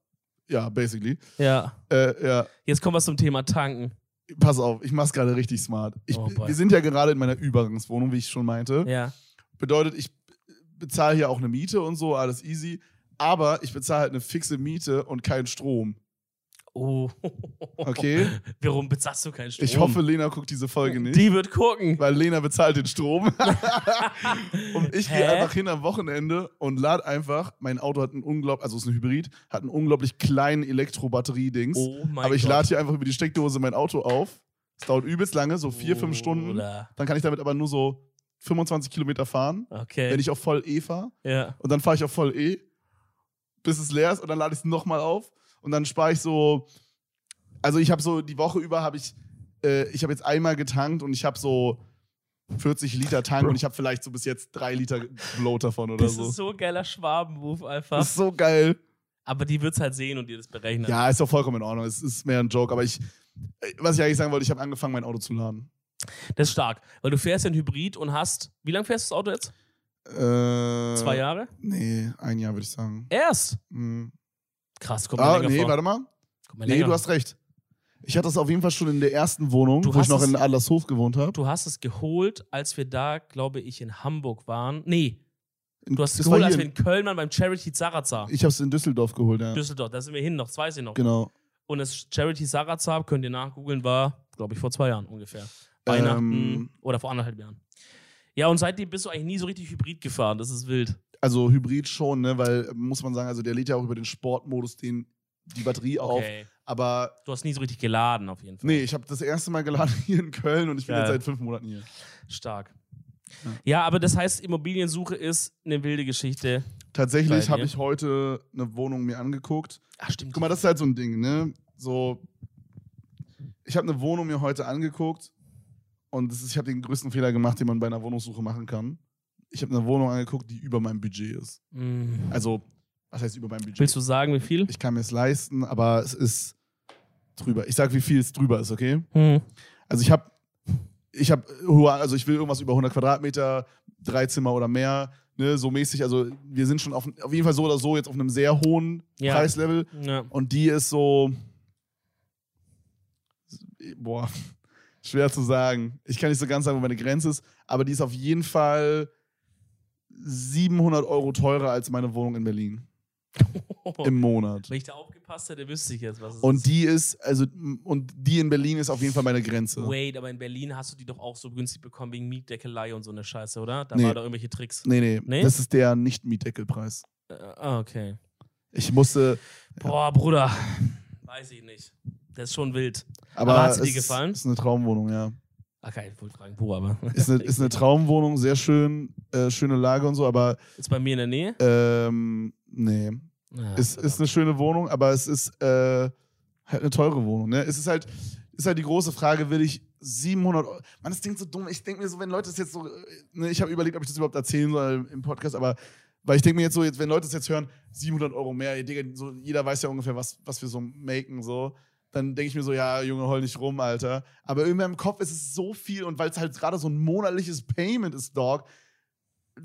Speaker 1: ja, basically.
Speaker 2: ja.
Speaker 1: Äh, ja,
Speaker 2: Jetzt kommen wir zum Thema Tanken.
Speaker 1: pass auf, ich mach's gerade richtig smart. Ich,
Speaker 2: Oh boy.
Speaker 1: wir sind ja gerade in meiner Übergangswohnung, wie ich schon meinte.
Speaker 2: Ja.
Speaker 1: Bedeutet, ich bezahle hier auch eine Miete und so, alles easy. Aber ich bezahle halt eine fixe Miete und keinen Strom.
Speaker 2: Oh.
Speaker 1: Okay?
Speaker 2: Warum bezahlst du keinen Strom?
Speaker 1: Ich hoffe, Lena guckt diese Folge nicht.
Speaker 2: die wird gucken.
Speaker 1: weil Lena bezahlt den Strom. und ich gehe
Speaker 2: Hä?
Speaker 1: einfach hin am Wochenende und lade einfach, mein Auto hat einen unglaublich, also ist ein Hybrid, hat einen unglaublich kleinen Elektrobatterie-Dings.
Speaker 2: Oh mein
Speaker 1: aber ich
Speaker 2: Gott.
Speaker 1: lade hier einfach über die Steckdose mein Auto auf. Es dauert übelst lange, so vier,
Speaker 2: Oh,
Speaker 1: fünf Stunden.
Speaker 2: Oder.
Speaker 1: Dann kann ich damit aber nur so 25 Kilometer fahren,
Speaker 2: Okay.
Speaker 1: wenn ich auf voll E fahre.
Speaker 2: ja.
Speaker 1: Und dann fahre ich auf voll E, bis es leer ist und dann lade ich es nochmal auf. Und dann spare ich so. Also ich habe so, die Woche über habe ich, äh, ich habe jetzt einmal getankt und ich habe so 40 Liter Tank
Speaker 2: Bro.
Speaker 1: und ich habe vielleicht so bis jetzt drei Liter Bloat davon oder
Speaker 2: Das
Speaker 1: so.
Speaker 2: ist so ein geiler Schwabenmove
Speaker 1: Das
Speaker 2: einfach.
Speaker 1: ist so geil.
Speaker 2: Aber die wird es halt sehen und dir das berechnen.
Speaker 1: Ja, ist doch vollkommen in Ordnung. Es ist mehr ein Joke, aber ich, äh, was ich eigentlich sagen wollte, ich habe angefangen, mein Auto zu laden.
Speaker 2: Das ist stark. Weil du fährst ja ein Hybrid und hast. Wie lange fährst du das Auto jetzt?
Speaker 1: Äh,
Speaker 2: Zwei Jahre?
Speaker 1: Nee, ein Jahr würde ich sagen.
Speaker 2: Erst.
Speaker 1: Hm.
Speaker 2: Krass, guck mal.
Speaker 1: Ah,
Speaker 2: länger
Speaker 1: nee,
Speaker 2: vor.
Speaker 1: warte mal.
Speaker 2: Guck mal
Speaker 1: Nee,
Speaker 2: länger.
Speaker 1: du hast recht. Ich hatte das auf jeden Fall schon in der ersten Wohnung,
Speaker 2: Du
Speaker 1: wo
Speaker 2: hast
Speaker 1: ich noch
Speaker 2: es-
Speaker 1: in Adlershof gewohnt habe.
Speaker 2: du hast es geholt, als wir da, glaube ich, in Hamburg waren. Nee, du hast es
Speaker 1: Das war
Speaker 2: geholt, als
Speaker 1: hier.
Speaker 2: wir in Köln waren beim Charity Zarazar.
Speaker 1: Ich habe es in Düsseldorf geholt, ja.
Speaker 2: Düsseldorf, da sind wir hin noch, das weiß ich noch.
Speaker 1: Genau.
Speaker 2: Und das Charity Sarazar, könnt ihr nachgoogeln, war, glaube ich, vor zwei Jahren ungefähr. Weihnachten
Speaker 1: Ähm.
Speaker 2: oder vor anderthalb Jahren. Ja, und seitdem bist du eigentlich nie so richtig hybrid gefahren. Das ist wild.
Speaker 1: Also Hybrid schon, ne, weil äh, muss man sagen, also der lädt ja auch über den Sportmodus den die Batterie auf,
Speaker 2: Okay.
Speaker 1: aber
Speaker 2: Du hast nie so richtig geladen, auf jeden Fall.
Speaker 1: nee, ich habe das erste Mal geladen hier in Köln und ich bin
Speaker 2: Geil.
Speaker 1: jetzt seit fünf Monaten hier.
Speaker 2: Stark.
Speaker 1: Ja.
Speaker 2: Ja. aber das heißt, Immobiliensuche ist eine wilde Geschichte.
Speaker 1: Tatsächlich
Speaker 2: Bei
Speaker 1: habe
Speaker 2: dir?
Speaker 1: ich heute eine Wohnung mir angeguckt.
Speaker 2: Ach, stimmt.
Speaker 1: Guck mal, das ist halt so ein Ding, ne? So ich habe eine Wohnung mir heute angeguckt und das ist, ich habe den größten Fehler gemacht, den man bei einer Wohnungssuche machen kann. Ich habe eine Wohnung angeguckt, die über meinem Budget ist.
Speaker 2: Mm.
Speaker 1: Also, was heißt über meinem Budget?
Speaker 2: Willst du sagen, wie viel?
Speaker 1: ich kann mir es leisten, aber es ist drüber. Ich sag, wie viel es drüber ist, okay?
Speaker 2: Hm.
Speaker 1: Also ich habe, ich habe, also ich will irgendwas über 100 Quadratmeter, drei Zimmer oder mehr, ne, so mäßig. Also wir sind schon auf, auf jeden Fall so oder so jetzt auf einem sehr hohen
Speaker 2: Ja.
Speaker 1: Preislevel
Speaker 2: Ja.
Speaker 1: und die ist so, boah, schwer zu sagen. Ich kann nicht so ganz sagen, wo meine Grenze ist, aber die ist auf jeden Fall 700 Euro teurer als meine Wohnung in Berlin
Speaker 2: Oh.
Speaker 1: im Monat.
Speaker 2: Wenn ich da aufgepasst hätte, wüsste ich jetzt, was es
Speaker 1: Und
Speaker 2: ist.
Speaker 1: die ist, also, m- und die in Berlin ist auf jeden Fall meine Grenze.
Speaker 2: Wait, aber in Berlin hast du die doch auch so günstig bekommen wegen Mietdeckelei und so eine Scheiße, oder? Da
Speaker 1: Nee.
Speaker 2: waren da irgendwelche Tricks.
Speaker 1: Nee, nee,
Speaker 2: Nee?
Speaker 1: Das ist der Nicht-Mietdeckelpreis.
Speaker 2: Äh, ah, okay.
Speaker 1: Ich musste.
Speaker 2: Boah, Bruder. Weiß ich nicht. Das ist schon wild.
Speaker 1: Aber,
Speaker 2: Aber hat sie
Speaker 1: es
Speaker 2: dir gefallen?
Speaker 1: Ist, ist eine Traumwohnung, ja.
Speaker 2: Ah, geil, ich wollte fragen, wo, aber.
Speaker 1: Ist eine, ist eine Traumwohnung, sehr schön, äh, schöne Lage und so, aber
Speaker 2: Ist bei mir in der Nähe?
Speaker 1: ähm, nee.
Speaker 2: Ah,
Speaker 1: Ist, ist eine
Speaker 2: verdammt.
Speaker 1: schöne Wohnung, aber es ist äh, halt eine teure Wohnung. Ne? Es ist halt, ist halt die große Frage, will ich 700 Euro... Mann, das klingt so dumm. Ich denke mir so, wenn Leute das jetzt so... äh, Ne, ich habe überlegt, ob ich das überhaupt erzählen soll im Podcast, aber... Weil ich denke mir jetzt so, jetzt, wenn Leute das jetzt hören, 700 Euro mehr, ey, Digga, so, jeder weiß ja ungefähr, was, was wir so maken, so. Dann denke ich mir so, ja, Junge, heul nicht rum, Alter. Aber in meinem Kopf ist es so viel und weil es halt gerade so ein monatliches Payment ist, Dog.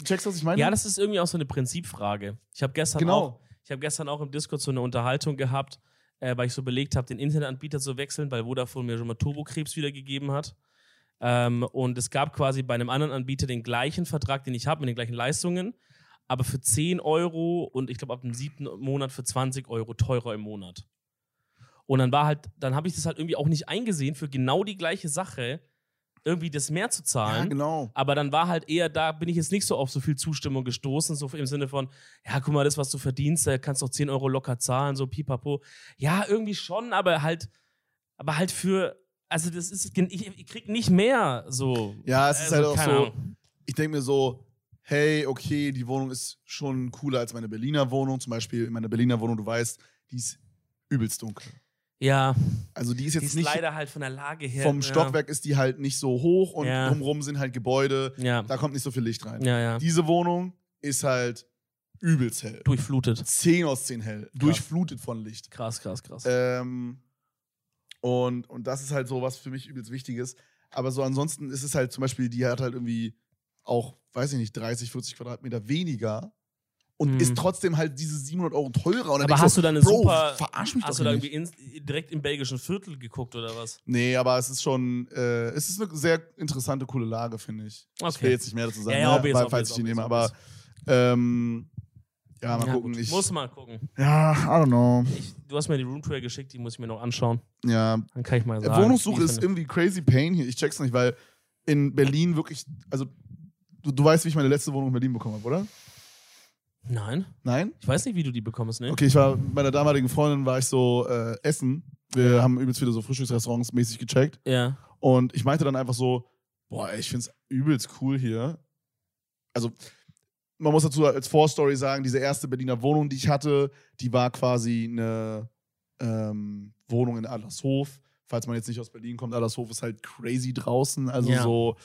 Speaker 1: Checkst du, was ich meine?
Speaker 2: Ja, das ist irgendwie auch so eine Prinzipfrage. Ich habe gestern
Speaker 1: Genau.
Speaker 2: auch, ich habe gestern auch im Discord so eine Unterhaltung gehabt, äh, weil ich so belegt habe, den Internetanbieter zu wechseln, weil Vodafone mir schon mal Turbokrebs wiedergegeben hat. Ähm, und es gab quasi bei einem anderen Anbieter den gleichen Vertrag, den ich habe, mit den gleichen Leistungen, aber für 10 Euro und ich glaube ab dem siebten Monat für 20 Euro teurer im Monat. Und dann war halt, dann habe ich das halt irgendwie auch nicht eingesehen, für genau die gleiche Sache irgendwie das mehr zu
Speaker 1: ja,
Speaker 2: zahlen.
Speaker 1: genau.
Speaker 2: Aber dann war halt eher, da bin ich jetzt nicht so auf so viel Zustimmung gestoßen, so im Sinne von, ja, guck mal, das, was du verdienst, da kannst du auch 10 Euro locker zahlen, so pipapo. Ja, irgendwie schon, aber halt, aber halt für, also das ist, ich, ich krieg nicht mehr so.
Speaker 1: Ja, es ist halt auch
Speaker 2: Also keine
Speaker 1: so-
Speaker 2: Ahnung.
Speaker 1: ich denke mir so, hey, okay, die Wohnung ist schon cooler als meine Berliner Wohnung. Zum Beispiel in meiner Berliner Wohnung, du weißt, die ist übelst dunkel.
Speaker 2: Ja,
Speaker 1: Also die ist
Speaker 2: die
Speaker 1: jetzt
Speaker 2: ist
Speaker 1: nicht,
Speaker 2: leider halt von der Lage her.
Speaker 1: vom
Speaker 2: ja.
Speaker 1: Stockwerk ist die halt nicht so hoch und
Speaker 2: Ja.
Speaker 1: drumherum sind halt Gebäude,
Speaker 2: Ja,
Speaker 1: da kommt nicht so viel Licht rein.
Speaker 2: ja, ja.
Speaker 1: Diese Wohnung ist halt übelst hell.
Speaker 2: Durchflutet.
Speaker 1: 10 aus 10 hell, durchflutet von Licht.
Speaker 2: Krass, krass, krass.
Speaker 1: Ähm, und, und das ist halt so was für mich übelst Wichtiges. Aber so ansonsten ist es halt zum Beispiel, die hat halt irgendwie auch, weiß ich nicht, 30, 40 Quadratmeter weniger und
Speaker 2: Mhm.
Speaker 1: ist trotzdem halt diese 700 Euro teurer. Und dann
Speaker 2: aber
Speaker 1: denk ich
Speaker 2: hast
Speaker 1: so,
Speaker 2: du dann eine
Speaker 1: Bro,
Speaker 2: super.
Speaker 1: verarsch mich
Speaker 2: Hast
Speaker 1: doch
Speaker 2: du da
Speaker 1: nicht.
Speaker 2: irgendwie ins- direkt im belgischen Viertel geguckt oder was?
Speaker 1: Nee, aber es ist schon, äh, es ist eine sehr interessante, coole Lage, finde ich. Ich
Speaker 2: Okay.
Speaker 1: will jetzt nicht mehr dazu sagen,
Speaker 2: Ja, ja,
Speaker 1: ne,
Speaker 2: obvious,
Speaker 1: weil,
Speaker 2: obvious,
Speaker 1: falls ich die
Speaker 2: obvious,
Speaker 1: nehme,
Speaker 2: obvious.
Speaker 1: aber ähm, ja, mal
Speaker 2: Ja,
Speaker 1: gucken.
Speaker 2: gut.
Speaker 1: Ich,
Speaker 2: Muss mal gucken.
Speaker 1: ja, I don't know.
Speaker 2: Ich, du hast mir die Roomtour geschickt, die muss ich mir noch anschauen.
Speaker 1: Ja,
Speaker 2: Dann kann ich mal sagen.
Speaker 1: Äh, Wohnungssuche
Speaker 2: wie
Speaker 1: ist
Speaker 2: finde.
Speaker 1: irgendwie crazy pain hier. Ich check's nicht, weil in Berlin wirklich, also du, du weißt, wie ich meine letzte Wohnung in Berlin bekommen habe, oder?
Speaker 2: Nein,
Speaker 1: Nein?
Speaker 2: ich weiß nicht, wie du die bekommst, ne?
Speaker 1: Okay, ich war mit meiner damaligen Freundin war ich so äh, essen. Wir haben übelst viele so Frühstücksrestaurants mäßig gecheckt
Speaker 2: Ja.
Speaker 1: und ich meinte dann einfach so, boah, ey, ich find's übelst cool hier. Also man muss dazu als Vorstory sagen, diese erste Berliner Wohnung, die ich hatte, die war quasi eine ähm, Wohnung in Adlershof. Falls man jetzt nicht aus Berlin kommt, Adlershof ist halt crazy draußen. Also
Speaker 2: Ja.
Speaker 1: so,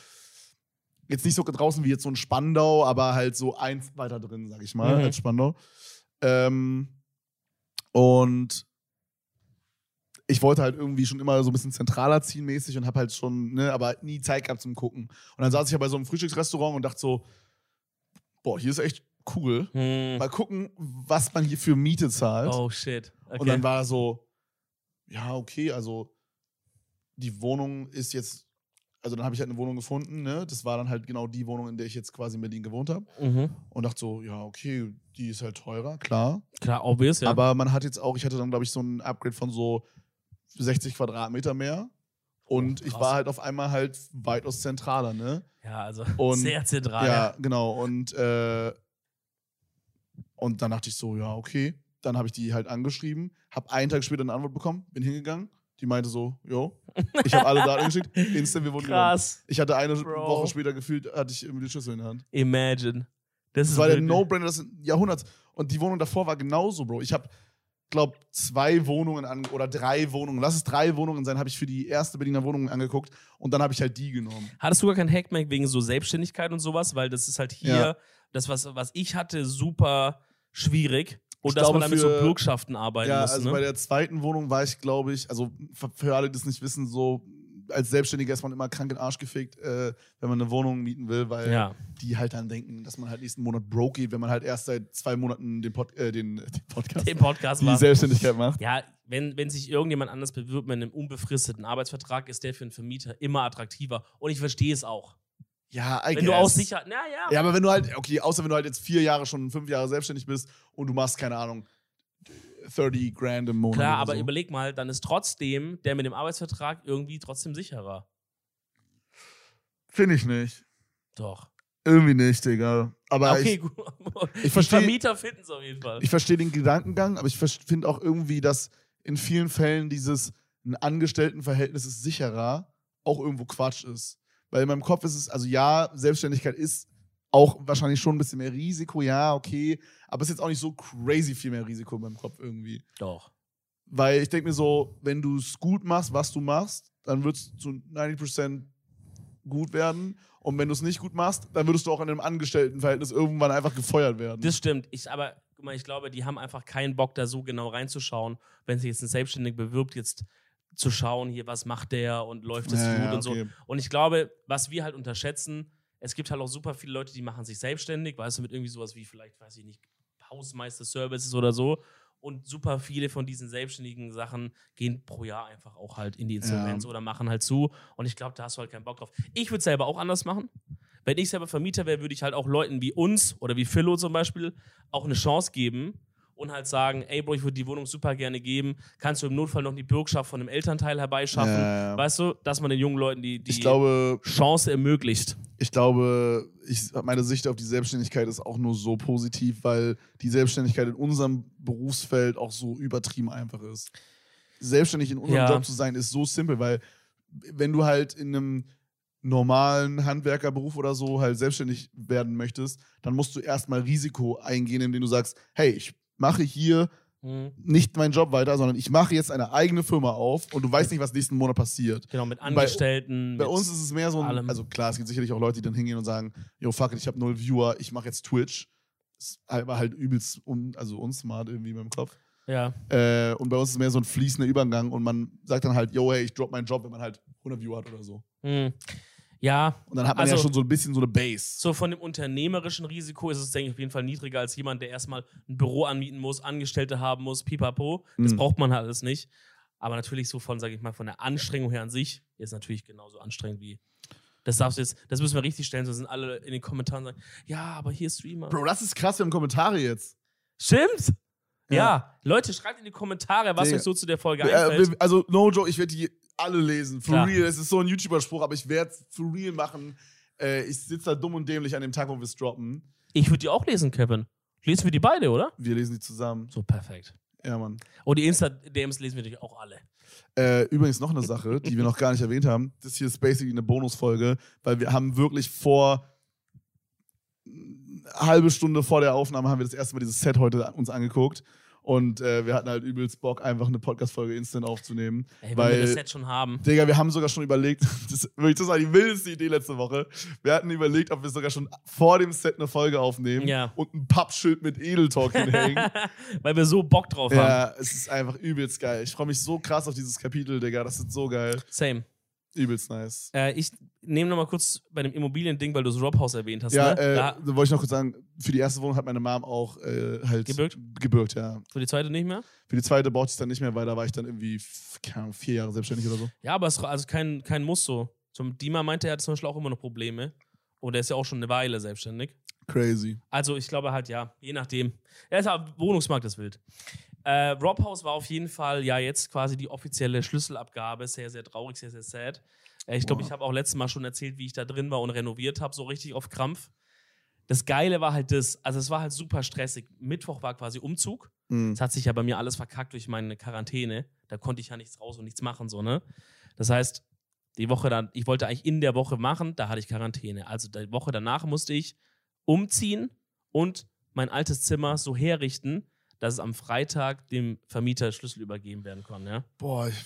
Speaker 1: jetzt nicht so draußen wie jetzt so ein Spandau, aber halt so eins weiter drin, sag ich mal,
Speaker 2: Mhm.
Speaker 1: als Spandau. Ähm, und ich wollte halt irgendwie schon immer so ein bisschen zentraler ziehen mäßig und habe halt schon, ne, aber nie Zeit gehabt zum Gucken. Und dann saß ich ja bei so einem Frühstücksrestaurant und dachte so, boah, hier ist echt cool.
Speaker 2: Hm.
Speaker 1: Mal gucken, was man hier für Miete zahlt.
Speaker 2: Oh shit. Okay.
Speaker 1: Und dann war er so, ja, okay, also die Wohnung ist jetzt, also dann habe ich halt eine Wohnung gefunden, ne? Das war dann halt genau die Wohnung, in der ich jetzt quasi in Berlin gewohnt habe.
Speaker 2: mhm.
Speaker 1: Und dachte so, ja, okay, die ist halt teurer, klar.
Speaker 2: Klar, obvious, ja.
Speaker 1: Aber man hat jetzt auch, ich hatte dann, glaube ich, so ein Upgrade von so 60 Quadratmeter mehr. Und
Speaker 2: Oh,
Speaker 1: ich
Speaker 2: krass.
Speaker 1: war halt auf einmal halt weitaus zentraler, ne?
Speaker 2: ja, also
Speaker 1: Und-
Speaker 2: sehr zentral.
Speaker 1: ja,
Speaker 2: Ja.
Speaker 1: genau. Und, äh, und dann dachte ich so, ja, okay. Dann habe ich die halt angeschrieben, habe einen Tag später eine Antwort bekommen, bin hingegangen. Die meinte so, jo, ich habe alle Daten geschickt, instant, wir wurden genommen.
Speaker 2: Krass.
Speaker 1: Ich hatte eine
Speaker 2: Bro.
Speaker 1: Woche später gefühlt, hatte ich irgendwie die Schlüssel in der Hand.
Speaker 2: Imagine. Das ist
Speaker 1: Das war der
Speaker 2: wirklich-
Speaker 1: No-Brainer des Jahrhunderts. Und die Wohnung davor war genauso, Bro. Ich habe, glaube zwei Wohnungen an oder drei Wohnungen, lass es drei Wohnungen sein, habe ich für die erste Berliner Wohnung angeguckt und dann habe ich halt die genommen.
Speaker 2: Hattest du gar keinen Hackmack wegen so Selbstständigkeit und sowas, weil das ist halt hier
Speaker 1: Ja.
Speaker 2: das was was ich hatte super schwierig und
Speaker 1: Ich
Speaker 2: dass
Speaker 1: glaube,
Speaker 2: man damit
Speaker 1: für-
Speaker 2: so Bürgschaften arbeiten
Speaker 1: Ja,
Speaker 2: muss,
Speaker 1: also bei
Speaker 2: ne?
Speaker 1: der zweiten Wohnung war ich, glaube ich, also für- für alle, die es nicht wissen, so als Selbstständiger ist man immer krank in den Arsch gefickt, äh, wenn man eine Wohnung mieten will, weil
Speaker 2: ja.
Speaker 1: die halt dann denken, dass man halt nächsten Monat broke geht, wenn man halt erst seit zwei Monaten den, Pod, äh, den, den Podcast,
Speaker 2: Im Podcast
Speaker 1: die
Speaker 2: war
Speaker 1: Selbstständigkeit macht.
Speaker 2: Ja, wenn, wenn sich irgendjemand anders bewirbt mit einem unbefristeten Arbeitsvertrag, ist der für einen Vermieter immer attraktiver. Und ich verstehe es auch.
Speaker 1: Ja, I
Speaker 2: Wenn du auch
Speaker 1: guess.
Speaker 2: sicher. Naja.
Speaker 1: Ja, aber wenn du halt, okay, außer wenn du halt jetzt vier Jahre schon, fünf Jahre selbstständig bist und du machst, keine Ahnung, 30 Grand im Monat.
Speaker 2: Klar,
Speaker 1: oder
Speaker 2: aber
Speaker 1: so.
Speaker 2: überleg mal, dann ist trotzdem der mit dem Arbeitsvertrag irgendwie trotzdem sicherer.
Speaker 1: Finde ich nicht.
Speaker 2: Doch.
Speaker 1: Irgendwie nicht, Digga. Aber
Speaker 2: okay,
Speaker 1: ich,
Speaker 2: gut.
Speaker 1: ich verstehe-
Speaker 2: Die Vermieter finden es auf jeden Fall.
Speaker 1: ich verstehe den Gedankengang, aber ich finde auch irgendwie, dass in vielen Fällen dieses ein Angestelltenverhältnis ist sicherer auch irgendwo Quatsch ist. Weil in meinem Kopf ist es, also ja, Selbstständigkeit ist auch wahrscheinlich schon ein bisschen mehr Risiko, ja, okay, aber es ist jetzt auch nicht so crazy viel mehr Risiko in meinem Kopf irgendwie.
Speaker 2: Doch.
Speaker 1: Weil ich denke mir so, wenn du es gut machst, was du machst, dann wird es zu 90% gut werden. Und wenn du es nicht gut machst, dann würdest du auch in einem Angestelltenverhältnis irgendwann einfach gefeuert werden.
Speaker 2: Das stimmt. Ich, aber guck mal, ich glaube, die haben einfach keinen Bock, da so genau reinzuschauen, wenn sich jetzt ein Selbstständiger bewirbt, jetzt zu schauen, hier, was macht der und läuft das gut und so. Und ich glaube, was wir halt unterschätzen, es gibt halt auch super viele Leute, die machen sich selbstständig, weißt du, mit irgendwie sowas wie vielleicht, weiß ich nicht, Hausmeister-Services oder so. Und super viele von diesen selbstständigen Sachen gehen pro Jahr einfach auch halt in die Insolvenz
Speaker 1: Ja.
Speaker 2: oder machen halt zu. Und ich glaube, da hast du halt keinen Bock drauf. Ich würde selber auch anders machen. Wenn ich selber Vermieter wäre, würde ich halt auch Leuten wie uns oder wie Philo zum Beispiel auch eine Chance geben und halt sagen, ey Bro, ich würde die Wohnung super gerne geben. Kannst du im Notfall noch die Bürgschaft von einem Elternteil herbeischaffen?
Speaker 1: Ja, ja.
Speaker 2: Weißt du, dass man den jungen Leuten die, die
Speaker 1: Ich glaube,
Speaker 2: Chance ermöglicht.
Speaker 1: ich glaube, ich, meine Sicht auf die Selbstständigkeit ist auch nur so positiv, weil die Selbstständigkeit in unserem Berufsfeld auch so übertrieben einfach ist. Selbstständig in unserem
Speaker 2: Ja.
Speaker 1: Job zu sein ist so simpel, weil wenn du halt in einem normalen Handwerkerberuf oder so halt selbstständig werden möchtest, dann musst du erstmal Risiko eingehen, indem du sagst, hey, ich mache hier
Speaker 2: Mhm.
Speaker 1: nicht meinen Job weiter, sondern ich mache jetzt eine eigene Firma auf und du weißt nicht, was nächsten Monat passiert.
Speaker 2: Genau, mit Angestellten.
Speaker 1: Bei
Speaker 2: mit,
Speaker 1: uns ist es mehr so ein,
Speaker 2: allem.
Speaker 1: also klar, es gibt sicherlich auch Leute, die dann hingehen und sagen, yo, fuck it, ich habe null Viewer, ich mache jetzt Twitch. Ist halt- war halt übelst un, also unsmart irgendwie in meinem Kopf.
Speaker 2: Ja,
Speaker 1: Äh, und bei uns ist mehr so ein fließender Übergang und man sagt dann halt, yo, hey, ich drop meinen Job, wenn man halt 100 Viewer hat oder so.
Speaker 2: mhm. ja,
Speaker 1: Und dann hat man ja
Speaker 2: Also-
Speaker 1: schon so ein bisschen so eine Base.
Speaker 2: so von dem unternehmerischen Risiko ist es, denke ich, auf jeden Fall niedriger als jemand, der erstmal ein Büro anmieten muss, Angestellte haben muss, pipapo. Das
Speaker 1: Mhm.
Speaker 2: braucht man halt alles nicht. Aber natürlich so von, sage ich mal, von der Anstrengung her an sich ist natürlich genauso anstrengend wie. Das darfst du jetzt, das müssen wir richtig stellen, sonst sind alle in den Kommentaren sagen, ja, aber hier ist Streamer.
Speaker 1: Bro, das ist krass, wir haben Kommentare jetzt.
Speaker 2: Stimmt? Ja.
Speaker 1: Ja.
Speaker 2: Leute, schreibt in die Kommentare, was
Speaker 1: Digga.
Speaker 2: euch so zu der Folge
Speaker 1: Äh,
Speaker 2: einfällt.
Speaker 1: wir- also, no joke, ich werde die alle lesen. For
Speaker 2: Klar.
Speaker 1: real, es ist so ein YouTuber-Spruch, aber ich werde es for real machen. Äh, ich sitze da dumm und dämlich an dem Tag, wo wir es droppen.
Speaker 2: Ich würde die auch lesen, Kevin. Lesen wir die beide, oder?
Speaker 1: Wir lesen die zusammen.
Speaker 2: So perfekt.
Speaker 1: Ja, Mann.
Speaker 2: Und die Insta-DMs lesen wir natürlich auch alle.
Speaker 1: Äh, übrigens noch eine Sache, die wir noch gar nicht erwähnt haben. Das hier ist basically eine Bonusfolge, weil wir haben wirklich vor eine halbe Stunde vor der Aufnahme haben wir das erste Mal dieses Set heute uns angeguckt und äh, wir hatten halt übelst Bock, einfach eine Podcast-Folge instant aufzunehmen.
Speaker 2: Ey, wenn wir
Speaker 1: weil,
Speaker 2: das Set schon haben.
Speaker 1: Digga, wir haben sogar schon überlegt, das, wirklich, das war die wildeste Idee letzte Woche, wir hatten überlegt, ob wir sogar schon vor dem Set eine Folge aufnehmen
Speaker 2: Ja.
Speaker 1: und ein Pappschild mit Edeltalk hinhängen.
Speaker 2: Weil wir so Bock drauf haben.
Speaker 1: ja, es ist einfach übelst geil. Ich freue mich so krass auf dieses Kapitel, Digga, das ist so geil.
Speaker 2: Same.
Speaker 1: Übelst nice.
Speaker 2: Äh, ich nehme nochmal kurz bei dem Immobilien-Ding, weil du das Robhaus erwähnt hast.
Speaker 1: ja,
Speaker 2: ne?
Speaker 1: äh, da
Speaker 2: da,
Speaker 1: wollte ich noch kurz sagen, für die erste Wohnung hat meine Mom auch äh, halt
Speaker 2: Gebürgt?
Speaker 1: gebürgt, ja.
Speaker 2: für die zweite nicht mehr?
Speaker 1: Für die zweite brauchte ich es dann nicht mehr, weil da war ich dann irgendwie, f- keine Ahnung, vier Jahre selbstständig oder so.
Speaker 2: Ja, aber es ist also kein, kein Muss so. Zum Dima meinte, er hat zum Beispiel auch immer noch Probleme. Und er ist ja auch schon eine Weile selbstständig.
Speaker 1: Crazy.
Speaker 2: Also ich glaube halt, ja, je nachdem. Ja, ist aber Wohnungsmarkt ist wild. Äh, Robhaus war auf jeden Fall ja jetzt quasi die offizielle Schlüsselabgabe. Sehr, sehr traurig, sehr, sehr sad. Äh, ich glaube,
Speaker 1: Wow.
Speaker 2: ich habe auch letztes Mal schon erzählt, wie ich da drin war und renoviert habe, so richtig auf Krampf. Das Geile war halt das, also es war halt super stressig. Mittwoch war quasi Umzug.
Speaker 1: Mhm.
Speaker 2: Es hat sich ja bei mir alles verkackt durch meine Quarantäne. Da konnte ich ja nichts raus und nichts machen, so, ne? Das heißt, die Woche dann, ich wollte eigentlich in der Woche machen, da hatte ich Quarantäne. Also die Woche danach musste ich umziehen und mein altes Zimmer so herrichten, dass es am Freitag dem Vermieter Schlüssel übergeben werden kann, ja?
Speaker 1: Boah, ich,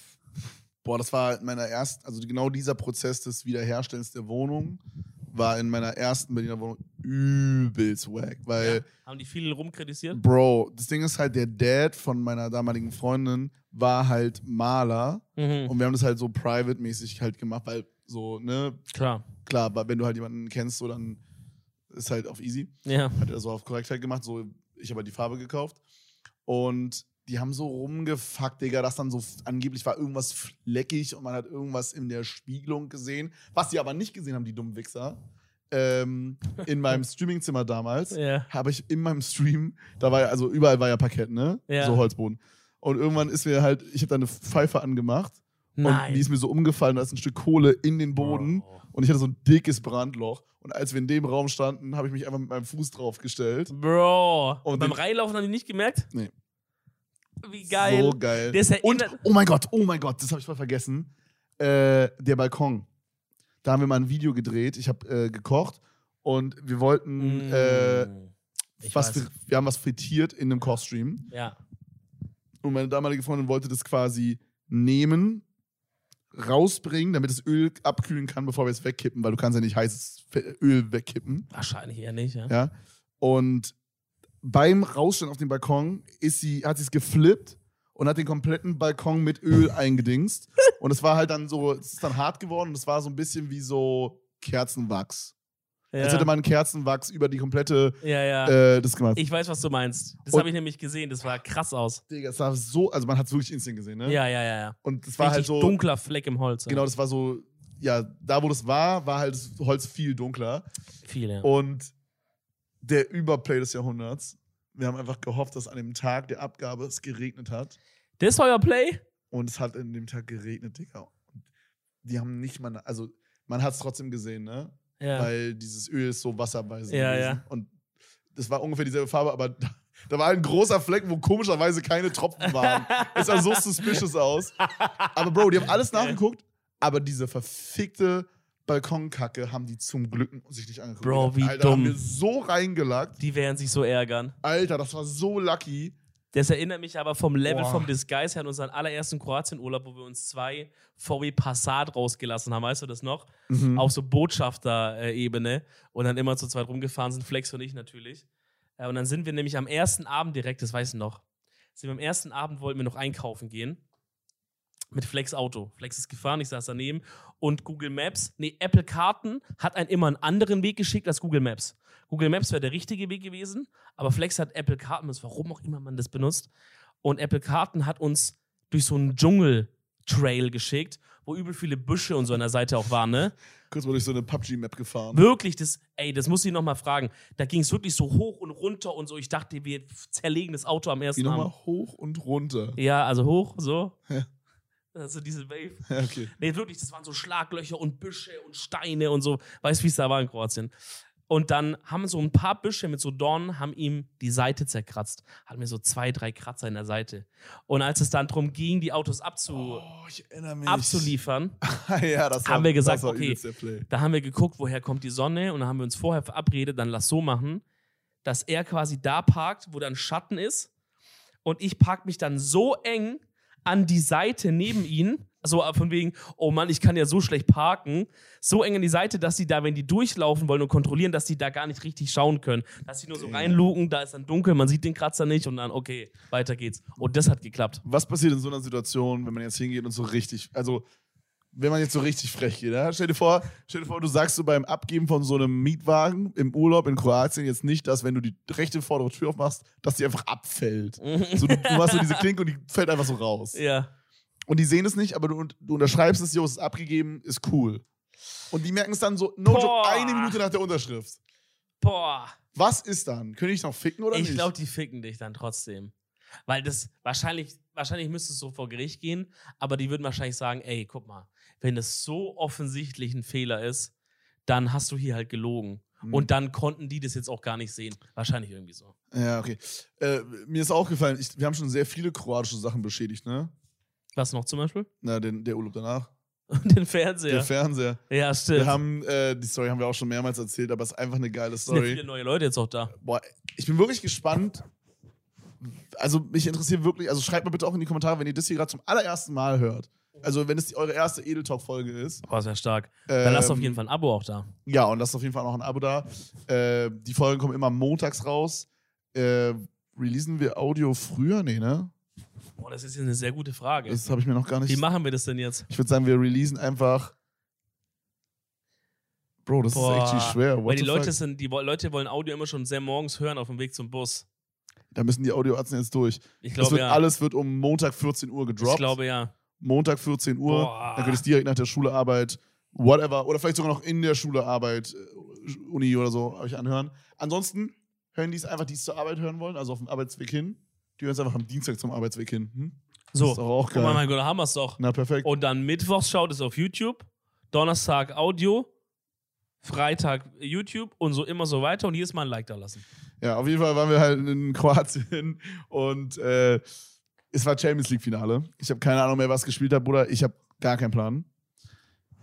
Speaker 1: boah, das war in meiner ersten, also genau dieser Prozess des Wiederherstellens der Wohnung war in meiner ersten Berliner Wohnung übelst wack, weil
Speaker 2: ja? Haben die viele rumkritisiert?
Speaker 1: Bro, das Ding ist halt, der Dad von meiner damaligen Freundin war halt Maler
Speaker 2: Mhm.
Speaker 1: und wir haben das halt so private-mäßig halt gemacht, weil so, ne,
Speaker 2: Klar.
Speaker 1: klar, aber wenn du halt jemanden kennst, so dann ist halt auf easy.
Speaker 2: Ja.
Speaker 1: Hat er so auf Korrektheit gemacht, so ich habe halt die Farbe gekauft. Und die haben so rumgefuckt, Digga, dass dann so f- angeblich war irgendwas fleckig und man hat irgendwas in der Spiegelung gesehen, was sie aber nicht gesehen haben, die dummen Wichser. Ähm, in meinem Streamingzimmer damals
Speaker 2: Ja.
Speaker 1: habe ich in meinem Stream, da war ja, also überall war ja Parkett, ne?
Speaker 2: Ja.
Speaker 1: So Holzboden. Und irgendwann ist mir halt, ich habe da eine Pfeife angemacht Und die
Speaker 2: Nein.
Speaker 1: ist mir so umgefallen, da ist ein Stück Kohle in den Boden.
Speaker 2: Oh.
Speaker 1: Und ich hatte so ein dickes Brandloch. Und als wir in dem Raum standen, habe ich mich einfach mit meinem Fuß draufgestellt.
Speaker 2: Bro.
Speaker 1: Und
Speaker 2: Und beim
Speaker 1: den-
Speaker 2: Reinlaufen haben die nicht gemerkt?
Speaker 1: Nee.
Speaker 2: Wie geil.
Speaker 1: So geil.
Speaker 2: Das
Speaker 1: Und,
Speaker 2: erinnert.
Speaker 1: oh mein Gott, oh mein Gott, das habe ich voll vergessen. Äh, der Balkon. Da haben wir mal ein Video gedreht. Ich habe äh, gekocht und wir wollten,
Speaker 2: Mm.
Speaker 1: äh,
Speaker 2: Ich
Speaker 1: was
Speaker 2: weiß.
Speaker 1: fri- wir haben was frittiert in einem Kochstream.
Speaker 2: ja.
Speaker 1: Und meine damalige Freundin wollte das quasi nehmen, rausbringen, damit das Öl abkühlen kann, bevor wir es wegkippen, weil du kannst ja nicht heißes Fe- Öl wegkippen.
Speaker 2: Wahrscheinlich eher nicht, ja.
Speaker 1: Ja. Und beim Rausstellen auf den Balkon ist sie, hat sie es geflippt und hat den kompletten Balkon mit Öl eingedingst. Und es war halt dann so, es ist dann hart geworden und es war so ein bisschen wie so Kerzenwachs.
Speaker 2: Ja,
Speaker 1: Als hätte man Kerzenwachs über die komplette,
Speaker 2: ja. ja.
Speaker 1: Also äh, das gemacht.
Speaker 2: ich weiß, was du meinst. Das
Speaker 1: Und-
Speaker 2: habe ich nämlich gesehen. Das war krass aus.
Speaker 1: Digga, es war so, also man hat es wirklich instant gesehen, ne?
Speaker 2: Ja, ja, ja. ja.
Speaker 1: Und es war halt
Speaker 2: Richtig
Speaker 1: so.
Speaker 2: dunkler Fleck im Holz. ja.
Speaker 1: Genau, das war so, ja, da wo das war, war halt das Holz viel dunkler.
Speaker 2: Viel, ja.
Speaker 1: Und der Überplay des Jahrhunderts. Wir haben einfach gehofft, dass an dem Tag der Abgabe es geregnet hat.
Speaker 2: Das war euer Play?
Speaker 1: Und es hat an dem Tag geregnet, Digga. Und Die haben nicht mal, also man hat es trotzdem gesehen, ne?
Speaker 2: Ja.
Speaker 1: Weil dieses Öl ist so wasserweise
Speaker 2: Ja,
Speaker 1: gewesen.
Speaker 2: ja.
Speaker 1: Und das war ungefähr dieselbe Farbe, aber da, da war ein großer Fleck, wo komischerweise keine Tropfen waren. Es sah so suspicious aus. Aber Bro, die haben alles nachgeguckt, aber diese verfickte Balkonkacke haben die zum Glück sich nicht angeguckt.
Speaker 2: Bro,
Speaker 1: Die
Speaker 2: wie
Speaker 1: Alter, haben
Speaker 2: dumm.
Speaker 1: wir so reingelackt.
Speaker 2: Die werden sich so ärgern.
Speaker 1: Alter, das war so lucky.
Speaker 2: Das erinnert mich aber vom Level
Speaker 1: Boah.
Speaker 2: vom Disguise her an unseren allerersten Kroatien-Urlaub, wo wir uns zwei VW Passat rausgelassen haben. Weißt du das noch?
Speaker 1: Mhm.
Speaker 2: Auf so Botschafter-Ebene. Und dann immer zu zweit rumgefahren sind, Flex und ich natürlich. Äh, Und dann sind wir nämlich am ersten Abend direkt, das weiß ich noch, sind wir am ersten Abend, wollten wir noch einkaufen gehen. Mit Flex Auto. Flex ist gefahren, ich saß daneben. Und Google Maps, nee, Apple Karten hat einen immer einen anderen Weg geschickt als Google Maps. Google Maps wäre der richtige Weg gewesen, aber Flex hat Apple Karten benutzt, warum auch immer man das benutzt. Und Apple Karten hat uns durch so einen Dschungel-Trail geschickt, wo übel viele Büsche und so an der Seite auch waren, ne?
Speaker 1: Kurz mal durch so eine PUBG-Map gefahren.
Speaker 2: Wirklich, das, ey, das muss ich nochmal fragen. Da ging es wirklich so hoch und runter und so. Ich dachte, wir zerlegen das Auto am
Speaker 1: Die
Speaker 2: ersten
Speaker 1: nochmal
Speaker 2: Mal.
Speaker 1: hoch und runter.
Speaker 2: Ja, also hoch, so.
Speaker 1: Ja.
Speaker 2: Also diese Wave.
Speaker 1: Ja, okay.
Speaker 2: Nee, wirklich, das waren so Schlaglöcher und Büsche und Steine und so. Weißt du, wie es da war in Kroatien? Und dann haben so ein paar Büsche mit so Dornen, haben ihm die Seite zerkratzt. Hat mir so zwei, drei Kratzer in der Seite. Und als es dann darum ging, die Autos abzu,
Speaker 1: Oh, ich erinnere mich.
Speaker 2: abzuliefern,
Speaker 1: ja, das war,
Speaker 2: Haben wir gesagt,
Speaker 1: das war
Speaker 2: okay.
Speaker 1: übelst der Play.
Speaker 2: da haben wir geguckt, woher kommt die Sonne und dann haben wir uns vorher verabredet, dann lass so machen, dass er quasi da parkt, wo dann Schatten ist und ich park mich dann so eng an die Seite neben ihn, also von wegen, oh Mann, ich kann ja so schlecht parken, so eng an die Seite, dass die da, wenn die durchlaufen wollen und kontrollieren, dass die da gar nicht richtig schauen können, dass sie nur so
Speaker 1: Digga.
Speaker 2: reinluken, da ist dann dunkel, man sieht den Kratzer nicht und dann, okay, weiter geht's. Und das hat geklappt.
Speaker 1: Was passiert in so einer Situation, wenn man jetzt hingeht und so richtig, also wenn man jetzt so richtig frech geht, ja? stell, dir vor, stell dir vor, du sagst so beim Abgeben von so einem Mietwagen im Urlaub in Kroatien jetzt nicht, dass wenn du die rechte vordere Tür aufmachst, dass die einfach abfällt. So, du, du machst so diese Klinke und die fällt einfach so raus.
Speaker 2: ja.
Speaker 1: Und die sehen es nicht, aber du, und- du unterschreibst es, jo, es ist abgegeben, ist cool. Und die merken es dann so, no joke,
Speaker 2: Boah.
Speaker 1: eine Minute nach der Unterschrift.
Speaker 2: Boah.
Speaker 1: Was ist dann? Könnte ich noch ficken oder
Speaker 2: ich
Speaker 1: nicht?
Speaker 2: glaube, die ficken dich dann trotzdem. Weil das wahrscheinlich, wahrscheinlich müsstest du vor Gericht gehen, aber die würden wahrscheinlich sagen, ey, guck mal, wenn es so offensichtlich ein Fehler ist, dann hast du hier halt gelogen.
Speaker 1: Hm.
Speaker 2: Und dann konnten die das jetzt auch gar nicht sehen. Wahrscheinlich irgendwie so.
Speaker 1: ja, okay. Äh, mir ist auch gefallen, ich, wir haben schon sehr viele kroatische Sachen beschädigt, ne?
Speaker 2: Was noch zum Beispiel?
Speaker 1: Na, den, der Urlaub danach.
Speaker 2: Und den Fernseher.
Speaker 1: Der Fernseher.
Speaker 2: ja, stimmt.
Speaker 1: Wir haben, äh, die Story haben wir auch schon mehrmals erzählt, aber es ist einfach eine geile
Speaker 2: Es sind ja viele
Speaker 1: Story.
Speaker 2: neue Leute jetzt auch da.
Speaker 1: Boah, ich bin wirklich gespannt. Also, mich interessiert wirklich, also schreibt mal bitte auch in die Kommentare, wenn ihr das hier gerade zum allerersten Mal hört. Also, wenn es die, eure erste Edeltalk-Folge ist.
Speaker 2: Boah, sehr stark. Dann lasst auf
Speaker 1: Ähm,
Speaker 2: jeden Fall ein Abo auch da.
Speaker 1: Ja, und lasst auf jeden Fall noch ein Abo da. Äh, die Folgen kommen immer montags raus. Äh, releasen wir Audio früher? Nee, ne?
Speaker 2: Boah, das ist jetzt eine sehr gute Frage.
Speaker 1: Das habe ich mir noch gar nicht.
Speaker 2: Wie machen wir das denn jetzt?
Speaker 1: Ich würde sagen, wir releasen einfach. Bro, das
Speaker 2: Boah,
Speaker 1: ist echt schwer. What
Speaker 2: Weil die
Speaker 1: the fuck?
Speaker 2: Leute, sind, die Leute wollen Audio immer schon sehr morgens hören auf dem Weg zum Bus.
Speaker 1: Da müssen die Audioatzen jetzt durch. das
Speaker 2: Ich glaube
Speaker 1: wird,
Speaker 2: ja.
Speaker 1: Alles wird um Montag 14 Uhr gedroppt.
Speaker 2: ich glaube ja.
Speaker 1: Montag 14 Uhr.
Speaker 2: Boah.
Speaker 1: Dann könnt ihr es direkt nach der Schule Arbeit, whatever, oder vielleicht sogar noch in der Schule Arbeit, äh, Uni oder so, euch anhören. Ansonsten hören die es einfach, die es zur Arbeit hören wollen, also auf dem Arbeitsweg hin. Die hören es einfach am Dienstag zum Arbeitsweg hin. Hm?
Speaker 2: So,
Speaker 1: Das ist doch auch
Speaker 2: guck mal,
Speaker 1: geil.
Speaker 2: mein Gott, da haben wir es doch.
Speaker 1: Na, perfekt.
Speaker 2: Und dann mittwochs schaut es auf YouTube, Donnerstag Audio, Freitag YouTube und so immer so weiter. Und jedes Mal ein Like da lassen.
Speaker 1: Ja, auf jeden Fall waren wir halt in Kroatien und äh, es war Champions League-Finale. Ich habe keine Ahnung mehr, was gespielt hat, Bruder. Ich habe gar keinen Plan.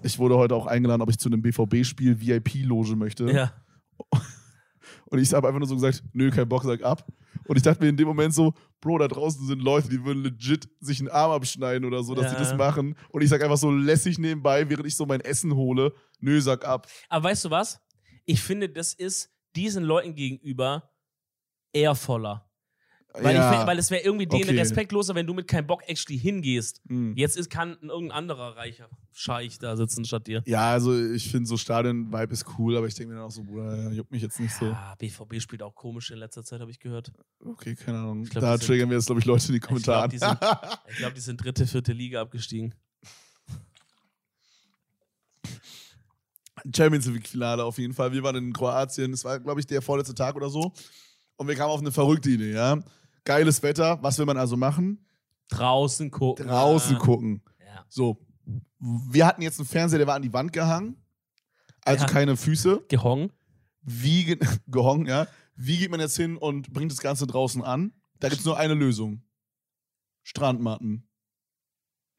Speaker 1: Ich wurde heute auch eingeladen, ob ich zu einem BVB-Spiel VIP-Loge möchte.
Speaker 2: Ja.
Speaker 1: Und ich habe einfach nur so gesagt, nö, kein Bock, sag ab. Und ich dachte mir in dem Moment so, Bro, da draußen sind Leute, die würden legit sich einen Arm abschneiden oder so, dass
Speaker 2: Ja.
Speaker 1: sie das machen. Und ich sag einfach so lässig nebenbei, während ich so mein Essen hole, nö, sag ab.
Speaker 2: Aber weißt du was? Ich finde, das ist diesen Leuten gegenüber ehrvoller. Weil, ich, find- weil es wäre irgendwie denen
Speaker 1: Okay.
Speaker 2: respektloser, wenn du mit keinem Bock actually hingehst.
Speaker 1: Hm.
Speaker 2: Jetzt ist, kann irgendein anderer reicher Scheich da sitzen statt dir.
Speaker 1: Ja, also ich finde so Stadion-Vibe ist cool, aber ich denke mir dann auch so, Bruder, ja, juckt mich jetzt nicht so.
Speaker 2: Ah, BVB spielt auch komisch in letzter Zeit, habe ich gehört.
Speaker 1: Okay, keine Ahnung.
Speaker 2: Ich glaub,
Speaker 1: da
Speaker 2: die sind-
Speaker 1: triggern wir jetzt, glaube ich, Leute in die Kommentare.
Speaker 2: die sind- Ich glaube, die sind dritte, vierte Liga abgestiegen.
Speaker 1: Champions League-Finale auf jeden Fall. Wir waren in Kroatien. Es war, glaube ich, der vorletzte Tag oder so. Und wir kamen auf eine verrückte Idee, ja. Geiles Wetter. Was will man also machen?
Speaker 2: Draußen gucken. Ah,
Speaker 1: Draußen gucken.
Speaker 2: Ja.
Speaker 1: So. Wir hatten jetzt einen Fernseher, der war an die Wand gehangen. Also
Speaker 2: Ja.
Speaker 1: keine Füße.
Speaker 2: Gehong.
Speaker 1: Wie, ge gehongen, ja. Wie geht man jetzt hin und bringt das Ganze draußen an? Da gibt es nur eine Lösung. Strandmatten.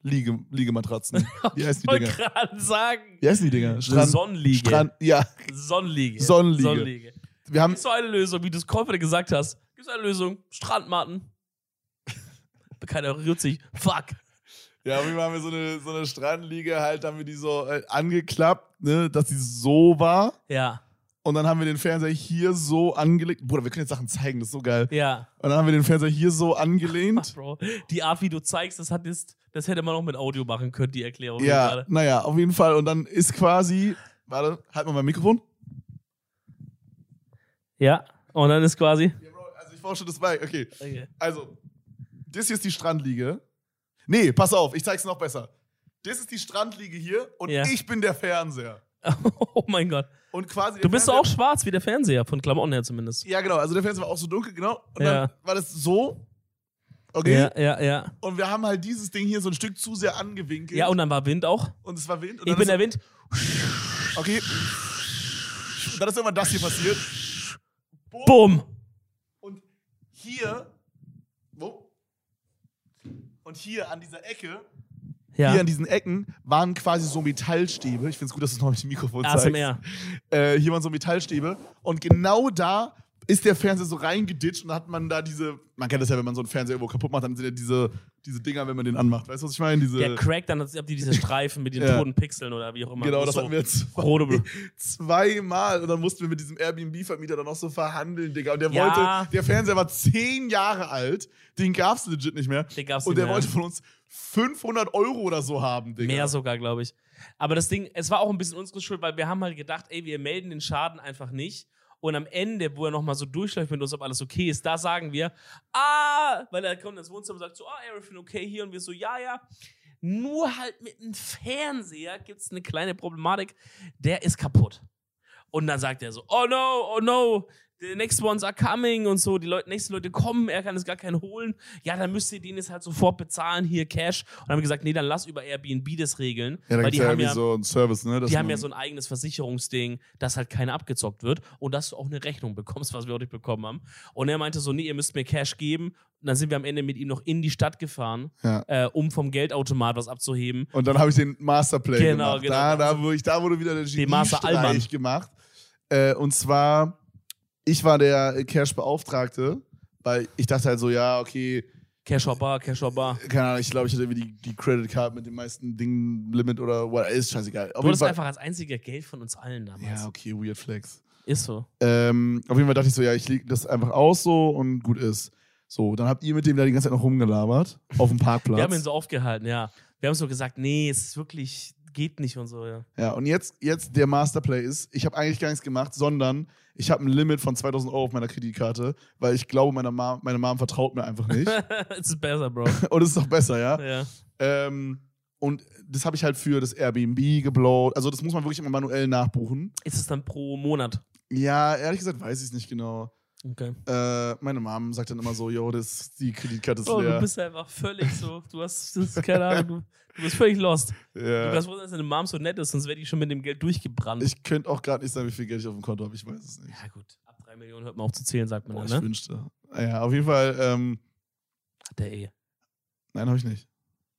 Speaker 1: Liege Liegematratzen. Wie heißen
Speaker 2: Ich
Speaker 1: die
Speaker 2: wollte
Speaker 1: Dinger?
Speaker 2: gerade sagen.
Speaker 1: Wie heißen die Dinger?
Speaker 2: Strand,
Speaker 1: Strand
Speaker 2: Sonnenliege.
Speaker 1: Strand, ja,
Speaker 2: Sonnenliege.
Speaker 1: Sonnenliege.
Speaker 2: Sonnenliege.
Speaker 1: wir haben
Speaker 2: Gibt's so eine Lösung, wie du es Käufer gesagt hast. Gibt's eine Lösung? Strandmatten. Keiner rührt sich. Fuck.
Speaker 1: Ja, auf jeden Fall haben wir so eine, so eine Strandliege, halt haben wir die so äh, angeklappt, ne, dass die so war.
Speaker 2: Ja,
Speaker 1: Und dann haben wir den Fernseher hier so angelegt. Bruder, wir können jetzt Sachen zeigen, das ist so geil.
Speaker 2: ja.
Speaker 1: Und dann haben wir den Fernseher hier so angelehnt.
Speaker 2: Bro, die Art, wie du zeigst, das, hat jetzt, das hätte man auch mit Audio machen können, die Erklärung.
Speaker 1: ja,
Speaker 2: gerade.
Speaker 1: naja, auf jeden Fall. Und dann ist quasi, warte, halt mal mein Mikrofon.
Speaker 2: Ja, und dann ist quasi.
Speaker 1: Ja, Bro, also ich brauche schon das Mic, okay.
Speaker 2: Okay.
Speaker 1: Also, das hier ist die Strandliege. Nee, pass auf, ich zeig's noch besser. Das ist die Strandliege hier und
Speaker 2: Ja.
Speaker 1: ich bin der Fernseher.
Speaker 2: Oh mein Gott.
Speaker 1: Und quasi
Speaker 2: Du
Speaker 1: der
Speaker 2: bist
Speaker 1: Fernseher-
Speaker 2: auch schwarz wie der Fernseher, von Klamotten her zumindest.
Speaker 1: Ja, genau. Also der Fernseher war auch so dunkel, genau. Und
Speaker 2: Ja.
Speaker 1: dann war das so. Okay.
Speaker 2: Ja, ja, ja.
Speaker 1: Und wir haben halt dieses Ding hier so ein Stück zu sehr angewinkelt.
Speaker 2: Ja, und dann war Wind auch.
Speaker 1: und es war Wind. Und
Speaker 2: Ich
Speaker 1: dann
Speaker 2: bin
Speaker 1: ist
Speaker 2: der Wind.
Speaker 1: so, Okay. Und dann ist immer das hier passiert.
Speaker 2: Bumm.
Speaker 1: Und hier. Wo? Und hier an dieser Ecke. Hier
Speaker 2: Ja.
Speaker 1: an diesen Ecken waren quasi so Metallstäbe. Ich finde es gut, dass du es noch mit dem Mikrofon
Speaker 2: Ah,
Speaker 1: zeigst.
Speaker 2: ASMR.
Speaker 1: äh, hier waren so Metallstäbe und genau da ist der Fernseher so reingeditscht und hat man da diese, man kennt das ja, wenn man so einen Fernseher irgendwo kaputt macht, dann sind ja diese, diese Dinger, wenn man den anmacht. Weißt du, was ich meine? Diese,
Speaker 2: Der Crack, dann habt ihr diese Streifen mit den
Speaker 1: Äh. Ja.
Speaker 2: toten Pixeln oder wie auch immer.
Speaker 1: genau, das
Speaker 2: so.
Speaker 1: hatten wir jetzt
Speaker 2: Rote.
Speaker 1: zweimal und dann mussten wir mit diesem Airbnb-Vermieter dann noch so verhandeln, Digga. Und der
Speaker 2: Ja.
Speaker 1: wollte, der Fernseher war zehn Jahre alt, den gab's legit nicht mehr.
Speaker 2: Den gab's
Speaker 1: und
Speaker 2: nicht
Speaker 1: der
Speaker 2: mehr.
Speaker 1: wollte von uns 500 Euro oder so haben, Digga.
Speaker 2: Mehr sogar, glaube ich. Aber das Ding, es war auch ein bisschen unsere Schuld, weil wir haben halt gedacht, ey, wir melden den Schaden einfach nicht. Und am Ende, wo er nochmal so durchläuft mit uns, ob alles okay ist, da sagen wir, ah, weil er kommt ins Wohnzimmer und sagt so, ah, everything okay hier. Und wir so, ja, ja. Nur halt mit dem Fernseher gibt es eine kleine Problematik. Der ist kaputt. Und dann sagt er so, oh no, oh no, the next ones are coming und so, die Leute, nächsten Leute kommen, er kann es gar keinen holen. Ja, dann müsst ihr den jetzt halt sofort bezahlen, hier Cash. Und dann haben wir gesagt, nee, dann lass über Airbnb das regeln.
Speaker 1: Ja, da
Speaker 2: weil
Speaker 1: gibt's
Speaker 2: die
Speaker 1: ja
Speaker 2: haben
Speaker 1: irgendwie
Speaker 2: ja,
Speaker 1: so einen Service, ne? dass
Speaker 2: die haben
Speaker 1: man-
Speaker 2: ja so ein eigenes Versicherungsding, dass halt keiner abgezockt wird und dass du auch eine Rechnung bekommst, was wir auch nicht bekommen haben. Und er meinte so, nee, ihr müsst mir Cash geben. Und dann sind wir am Ende mit ihm noch in die Stadt gefahren,
Speaker 1: Ja.
Speaker 2: äh, um vom Geldautomat was abzuheben.
Speaker 1: Und dann habe ich den Masterplay
Speaker 2: Genau,
Speaker 1: gemacht.
Speaker 2: genau.
Speaker 1: Da, da, wo ich, da wurde wieder der
Speaker 2: Master Allmann.
Speaker 1: Geniestreich gemacht. Äh, und zwar, ich war der Cash-Beauftragte, weil ich dachte halt so, ja, okay,
Speaker 2: Cash or Bar, Cash or Bar.
Speaker 1: keine Ahnung, ich glaube, ich hatte irgendwie die, die Credit Card mit dem meisten Dingen Limit oder what, ist scheißegal. Auf
Speaker 2: Du hattest einfach als einziger Geld von uns allen damals.
Speaker 1: ja, okay, weird flex.
Speaker 2: Ist so.
Speaker 1: Ähm, auf jeden Fall dachte ich so, ja, ich lege das einfach aus so und gut ist. So, dann habt ihr mit dem da die ganze Zeit noch rumgelabert auf dem Parkplatz.
Speaker 2: Wir haben ihn so aufgehalten, ja. Wir haben so gesagt, nee, es ist wirklich, geht nicht und so, ja.
Speaker 1: Ja, und jetzt, jetzt der Masterplay ist, ich habe eigentlich gar nichts gemacht, sondern ich habe ein Limit von 2000 Euro auf meiner Kreditkarte, weil ich glaube, meine Mom, meine Mom vertraut mir einfach nicht.
Speaker 2: es ist besser, Bro.
Speaker 1: und es ist doch besser, ja.
Speaker 2: ja.
Speaker 1: Ähm, und das habe ich halt für das Airbnb geblowt. Also, das muss man wirklich immer manuell nachbuchen.
Speaker 2: Ist es dann pro Monat?
Speaker 1: Ja, ehrlich gesagt, weiß ich es nicht genau.
Speaker 2: Okay.
Speaker 1: Äh, meine Mom sagt dann immer so, yo, das, die Kreditkarte ist
Speaker 2: Bro, Oh, du
Speaker 1: leer.
Speaker 2: bist einfach völlig so, du hast, das ist, keine Ahnung, du, du bist völlig lost. Du
Speaker 1: ja.
Speaker 2: kannst froh sein, dass deine Mom so nett ist, sonst wäre die schon mit dem Geld durchgebrannt.
Speaker 1: Ich könnte auch gerade nicht sagen, wie viel Geld ich auf dem Konto habe, ich weiß es nicht.
Speaker 2: ja gut, ab 3 Millionen hört man auf zu zählen, sagt man
Speaker 1: Boah, ich
Speaker 2: dann, ne?
Speaker 1: wünschte. Ja, auf jeden Fall, ähm,
Speaker 2: Hat der eh.
Speaker 1: nein, habe ich nicht.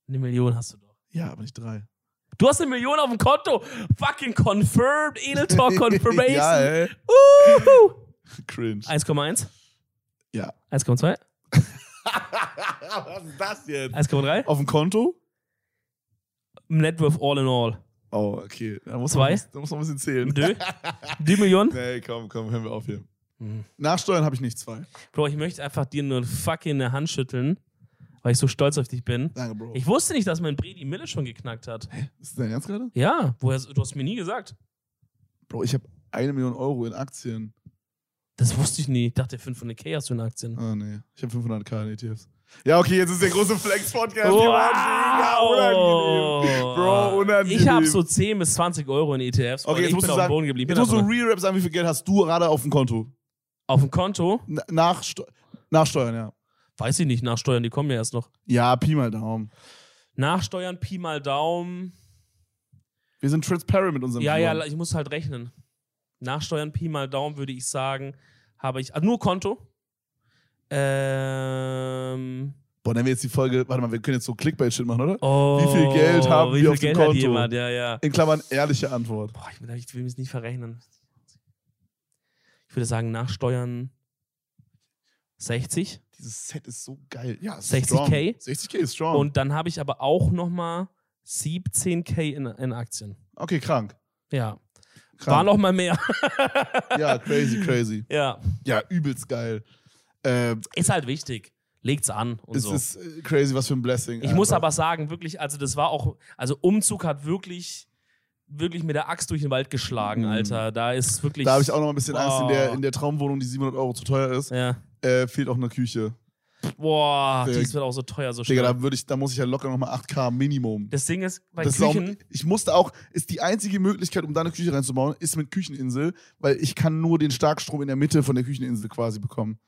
Speaker 2: Eine Million hast du doch.
Speaker 1: Ja, aber nicht drei.
Speaker 2: Du hast eine Million auf dem Konto. Fucking confirmed. Edel Talk Confirmation.
Speaker 1: ja, ey.
Speaker 2: Uhu.
Speaker 1: Cringe.
Speaker 2: 1,1.
Speaker 1: Ja.
Speaker 2: 1,2.
Speaker 1: Was ist das jetzt?
Speaker 2: 1,3.
Speaker 1: Auf dem Konto?
Speaker 2: Net worth all in all.
Speaker 1: Oh, okay. Da muss,
Speaker 2: Zwei?
Speaker 1: Man, da muss man ein bisschen zählen.
Speaker 2: Dö. Die Million.
Speaker 1: Nee, komm, komm, hören wir auf hier.
Speaker 2: Hm.
Speaker 1: Nachsteuern habe ich nicht zwei.
Speaker 2: Bro, ich möchte einfach dir nur fucking eine Hand schütteln, weil ich so stolz auf dich bin.
Speaker 1: Danke, Bro.
Speaker 2: Ich wusste nicht, dass mein Bredi Mille schon geknackt hat.
Speaker 1: ist dein Ernst gerade?
Speaker 2: Ja, woher, du hast mir nie gesagt.
Speaker 1: Bro, ich habe eine Million Euro in Aktien.
Speaker 2: Das wusste ich nie. Ich dachte, 500k hast du in Aktien.
Speaker 1: Ah, nee. Ich habe 500k in ETFs. Ja, okay, jetzt ist der große Flex-Podcast.
Speaker 2: Wow!
Speaker 1: geworden. Ja, unangenehm. Bro, unangenehm.
Speaker 2: Ich habe so 10 bis 20 Euro in E ETFs.
Speaker 1: Okay,
Speaker 2: Okay,
Speaker 1: jetzt
Speaker 2: ich
Speaker 1: musst
Speaker 2: bin
Speaker 1: du
Speaker 2: auf dem
Speaker 1: sagen,
Speaker 2: Boden geblieben.
Speaker 1: Jetzt
Speaker 2: Bin
Speaker 1: musst du
Speaker 2: einfach-
Speaker 1: Re-Raps sagen, wie viel Geld hast du gerade auf dem Konto?
Speaker 2: auf dem Konto?
Speaker 1: Na- Nachsteu Nachsteuern, ja.
Speaker 2: Weiß ich nicht, nachsteuern, die kommen ja erst noch.
Speaker 1: Ja, Pi mal Daumen.
Speaker 2: Nachsteuern, Pi mal Daumen.
Speaker 1: Wir sind transparent mit unserem
Speaker 2: Ja,
Speaker 1: Plan.
Speaker 2: ja, ich muss halt rechnen. Nachsteuern, Pi mal Daumen würde ich sagen, habe ich. Also nur Konto. Ähm.
Speaker 1: Boah, dann wir jetzt die Folge. Warte mal, wir können jetzt so Clickbait-Shit machen, oder?
Speaker 2: Oh,
Speaker 1: Wie viel Geld haben
Speaker 2: wie
Speaker 1: wir
Speaker 2: viel
Speaker 1: auf dem
Speaker 2: Geld hat
Speaker 1: Konto?
Speaker 2: jemand? Ja, ja.
Speaker 1: In Klammern ehrliche Antwort.
Speaker 2: Boah, ich will, ich will es nicht verrechnen. Ich würde sagen, nachsteuern 60.
Speaker 1: Dieses Set ist so geil. Ja, ist
Speaker 2: 60K?
Speaker 1: Strong. 60k ist strong.
Speaker 2: Und dann habe ich aber auch nochmal 17k in, in Aktien.
Speaker 1: okay, krank.
Speaker 2: Ja. War
Speaker 1: krank.
Speaker 2: noch mal mehr.
Speaker 1: Ja, crazy, crazy.
Speaker 2: ja.
Speaker 1: Ja, übelst geil. Äh,
Speaker 2: Ist halt wichtig. Legt's an und
Speaker 1: es
Speaker 2: so.
Speaker 1: ist äh, crazy, was für ein Blessing.
Speaker 2: Ich muss aber sagen, wirklich, also das war auch, also Umzug hat wirklich, wirklich mit der Axt durch den Wald geschlagen,
Speaker 1: Mhm.
Speaker 2: Alter. Da ist wirklich.
Speaker 1: Da habe ich auch noch ein bisschen Angst. In der,
Speaker 2: Boah.
Speaker 1: in der Traumwohnung, die 700 Euro zu teuer ist,
Speaker 2: Oh. Ja.
Speaker 1: äh, fehlt auch eine Küche.
Speaker 2: Boah,
Speaker 1: Digga.
Speaker 2: dies wird auch so teuer, so
Speaker 1: Digga,
Speaker 2: schnell.
Speaker 1: da, würd ich, da muss ich ja locker nochmal 8k Minimum.
Speaker 2: Das Ding ist, bei
Speaker 1: Das ist auch,
Speaker 2: Küchen.
Speaker 1: ich musste auch, ist die einzige Möglichkeit, um da eine Küche reinzubauen, ist mit Kücheninsel, weil ich kann nur den Starkstrom in der Mitte von der Kücheninsel quasi bekommen.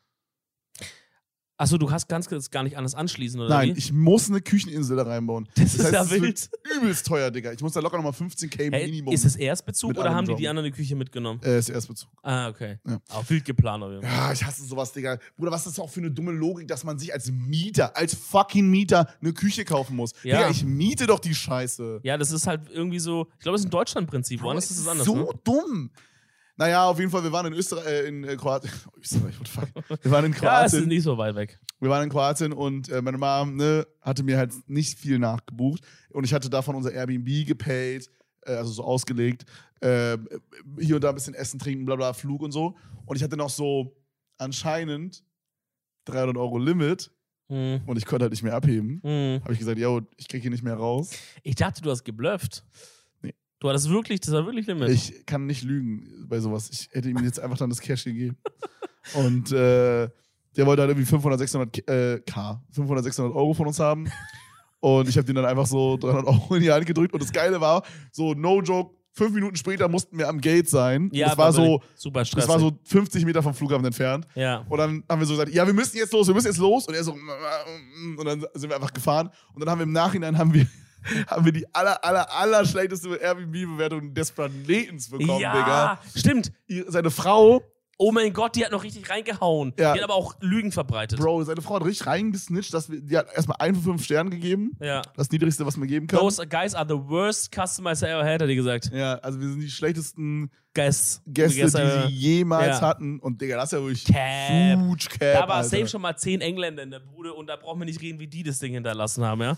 Speaker 2: Achso, du hast ganz das gar nicht anders anschließen, oder?
Speaker 1: Nein,
Speaker 2: wie?
Speaker 1: ich muss eine Kücheninsel da reinbauen.
Speaker 2: das, ist
Speaker 1: heißt,
Speaker 2: ja
Speaker 1: es wird
Speaker 2: wild.
Speaker 1: Übelst teuer, Digga. Ich muss da locker nochmal 15k
Speaker 2: Hey,
Speaker 1: Minimum.
Speaker 2: ist es Erstbezug
Speaker 1: Mit
Speaker 2: oder
Speaker 1: allem
Speaker 2: haben die die
Speaker 1: Drum.
Speaker 2: anderen in die Küche mitgenommen?
Speaker 1: äh, ist Erstbezug.
Speaker 2: Ah, okay.
Speaker 1: Ja.
Speaker 2: Auch wild geplant, oder? wie?
Speaker 1: Ja, ich hasse sowas, Digga. Bruder, was ist das auch für eine dumme Logik, dass man sich als Mieter, als fucking Mieter eine Küche kaufen muss?
Speaker 2: Ja.
Speaker 1: Digga, ich miete doch die Scheiße.
Speaker 2: Ja, das ist halt irgendwie so, ich glaube, das ist ein Deutschland-Prinzip. Woanders
Speaker 1: Bro,
Speaker 2: ist es anders.
Speaker 1: So
Speaker 2: ne?
Speaker 1: dumm. Naja, auf jeden Fall, wir waren in Österreich, äh, in äh, Kroatien. Österreich, what the fuck? Wir waren in
Speaker 2: Ja, es ist
Speaker 1: Kroatien.
Speaker 2: nicht so weit weg.
Speaker 1: wir waren in Kroatien und äh, meine Mom ne, hatte mir halt nicht viel nachgebucht. Und ich hatte davon unser Airbnb gepaid, äh, also so ausgelegt. Äh, hier und da ein bisschen Essen, Trinken, bla bla, Flug und so. Und ich hatte noch so anscheinend 300 Euro Limit
Speaker 2: Hm.
Speaker 1: und ich konnte halt nicht mehr abheben.
Speaker 2: Hm.
Speaker 1: Habe ich gesagt, yo, ich krieg hier nicht mehr raus.
Speaker 2: Ich dachte, du hast geblufft.
Speaker 1: Nee.
Speaker 2: Du hattest wirklich, das war wirklich Limit.
Speaker 1: Ich kann nicht lügen bei sowas. Ich hätte ihm jetzt einfach dann das Cash gegeben. Und äh, der wollte halt irgendwie 500, 600 K- äh, K, 500, 600 Euro von uns haben. Und ich habe den dann einfach so 300 Euro in die Hand gedrückt. Und das Geile war, so no joke, fünf Minuten später mussten wir am Gate sein. das war so,
Speaker 2: wirklich super stressig.
Speaker 1: das war so 50 Meter vom Flughafen entfernt.
Speaker 2: ja.
Speaker 1: Und dann haben wir so gesagt, ja, wir müssen jetzt los, wir müssen jetzt los. Und er so, mm, mm, und dann sind wir einfach gefahren. Und dann haben wir im Nachhinein haben wir, haben wir die aller, aller, aller schlechteste Airbnb-Bewertung des Planetens bekommen, Digga.
Speaker 2: ja, stimmt.
Speaker 1: Ihr- Seine Frau,
Speaker 2: Oh mein Gott, die hat noch richtig reingehauen.
Speaker 1: Ja.
Speaker 2: Die hat aber auch Lügen verbreitet.
Speaker 1: Bro, seine Frau hat richtig reingesnitcht, dass wir, die hat erstmal einen von fünf Sternen gegeben.
Speaker 2: Ja.
Speaker 1: Das niedrigste, was man geben kann.
Speaker 2: Those guys are the worst customers I ever had, hat die gesagt.
Speaker 1: Ja, also wir sind die schlechtesten
Speaker 2: Guys.
Speaker 1: Gäste,
Speaker 2: Guess,
Speaker 1: die
Speaker 2: äh,
Speaker 1: sie jemals
Speaker 2: ja.
Speaker 1: hatten. Und Digga, das ist ja wirklich
Speaker 2: Cap.
Speaker 1: huge Cap,
Speaker 2: Da war
Speaker 1: Alter.
Speaker 2: safe schon mal zehn Engländer in der Bude und da brauchen wir nicht reden, wie die das Ding hinterlassen haben, ja?
Speaker 1: äh,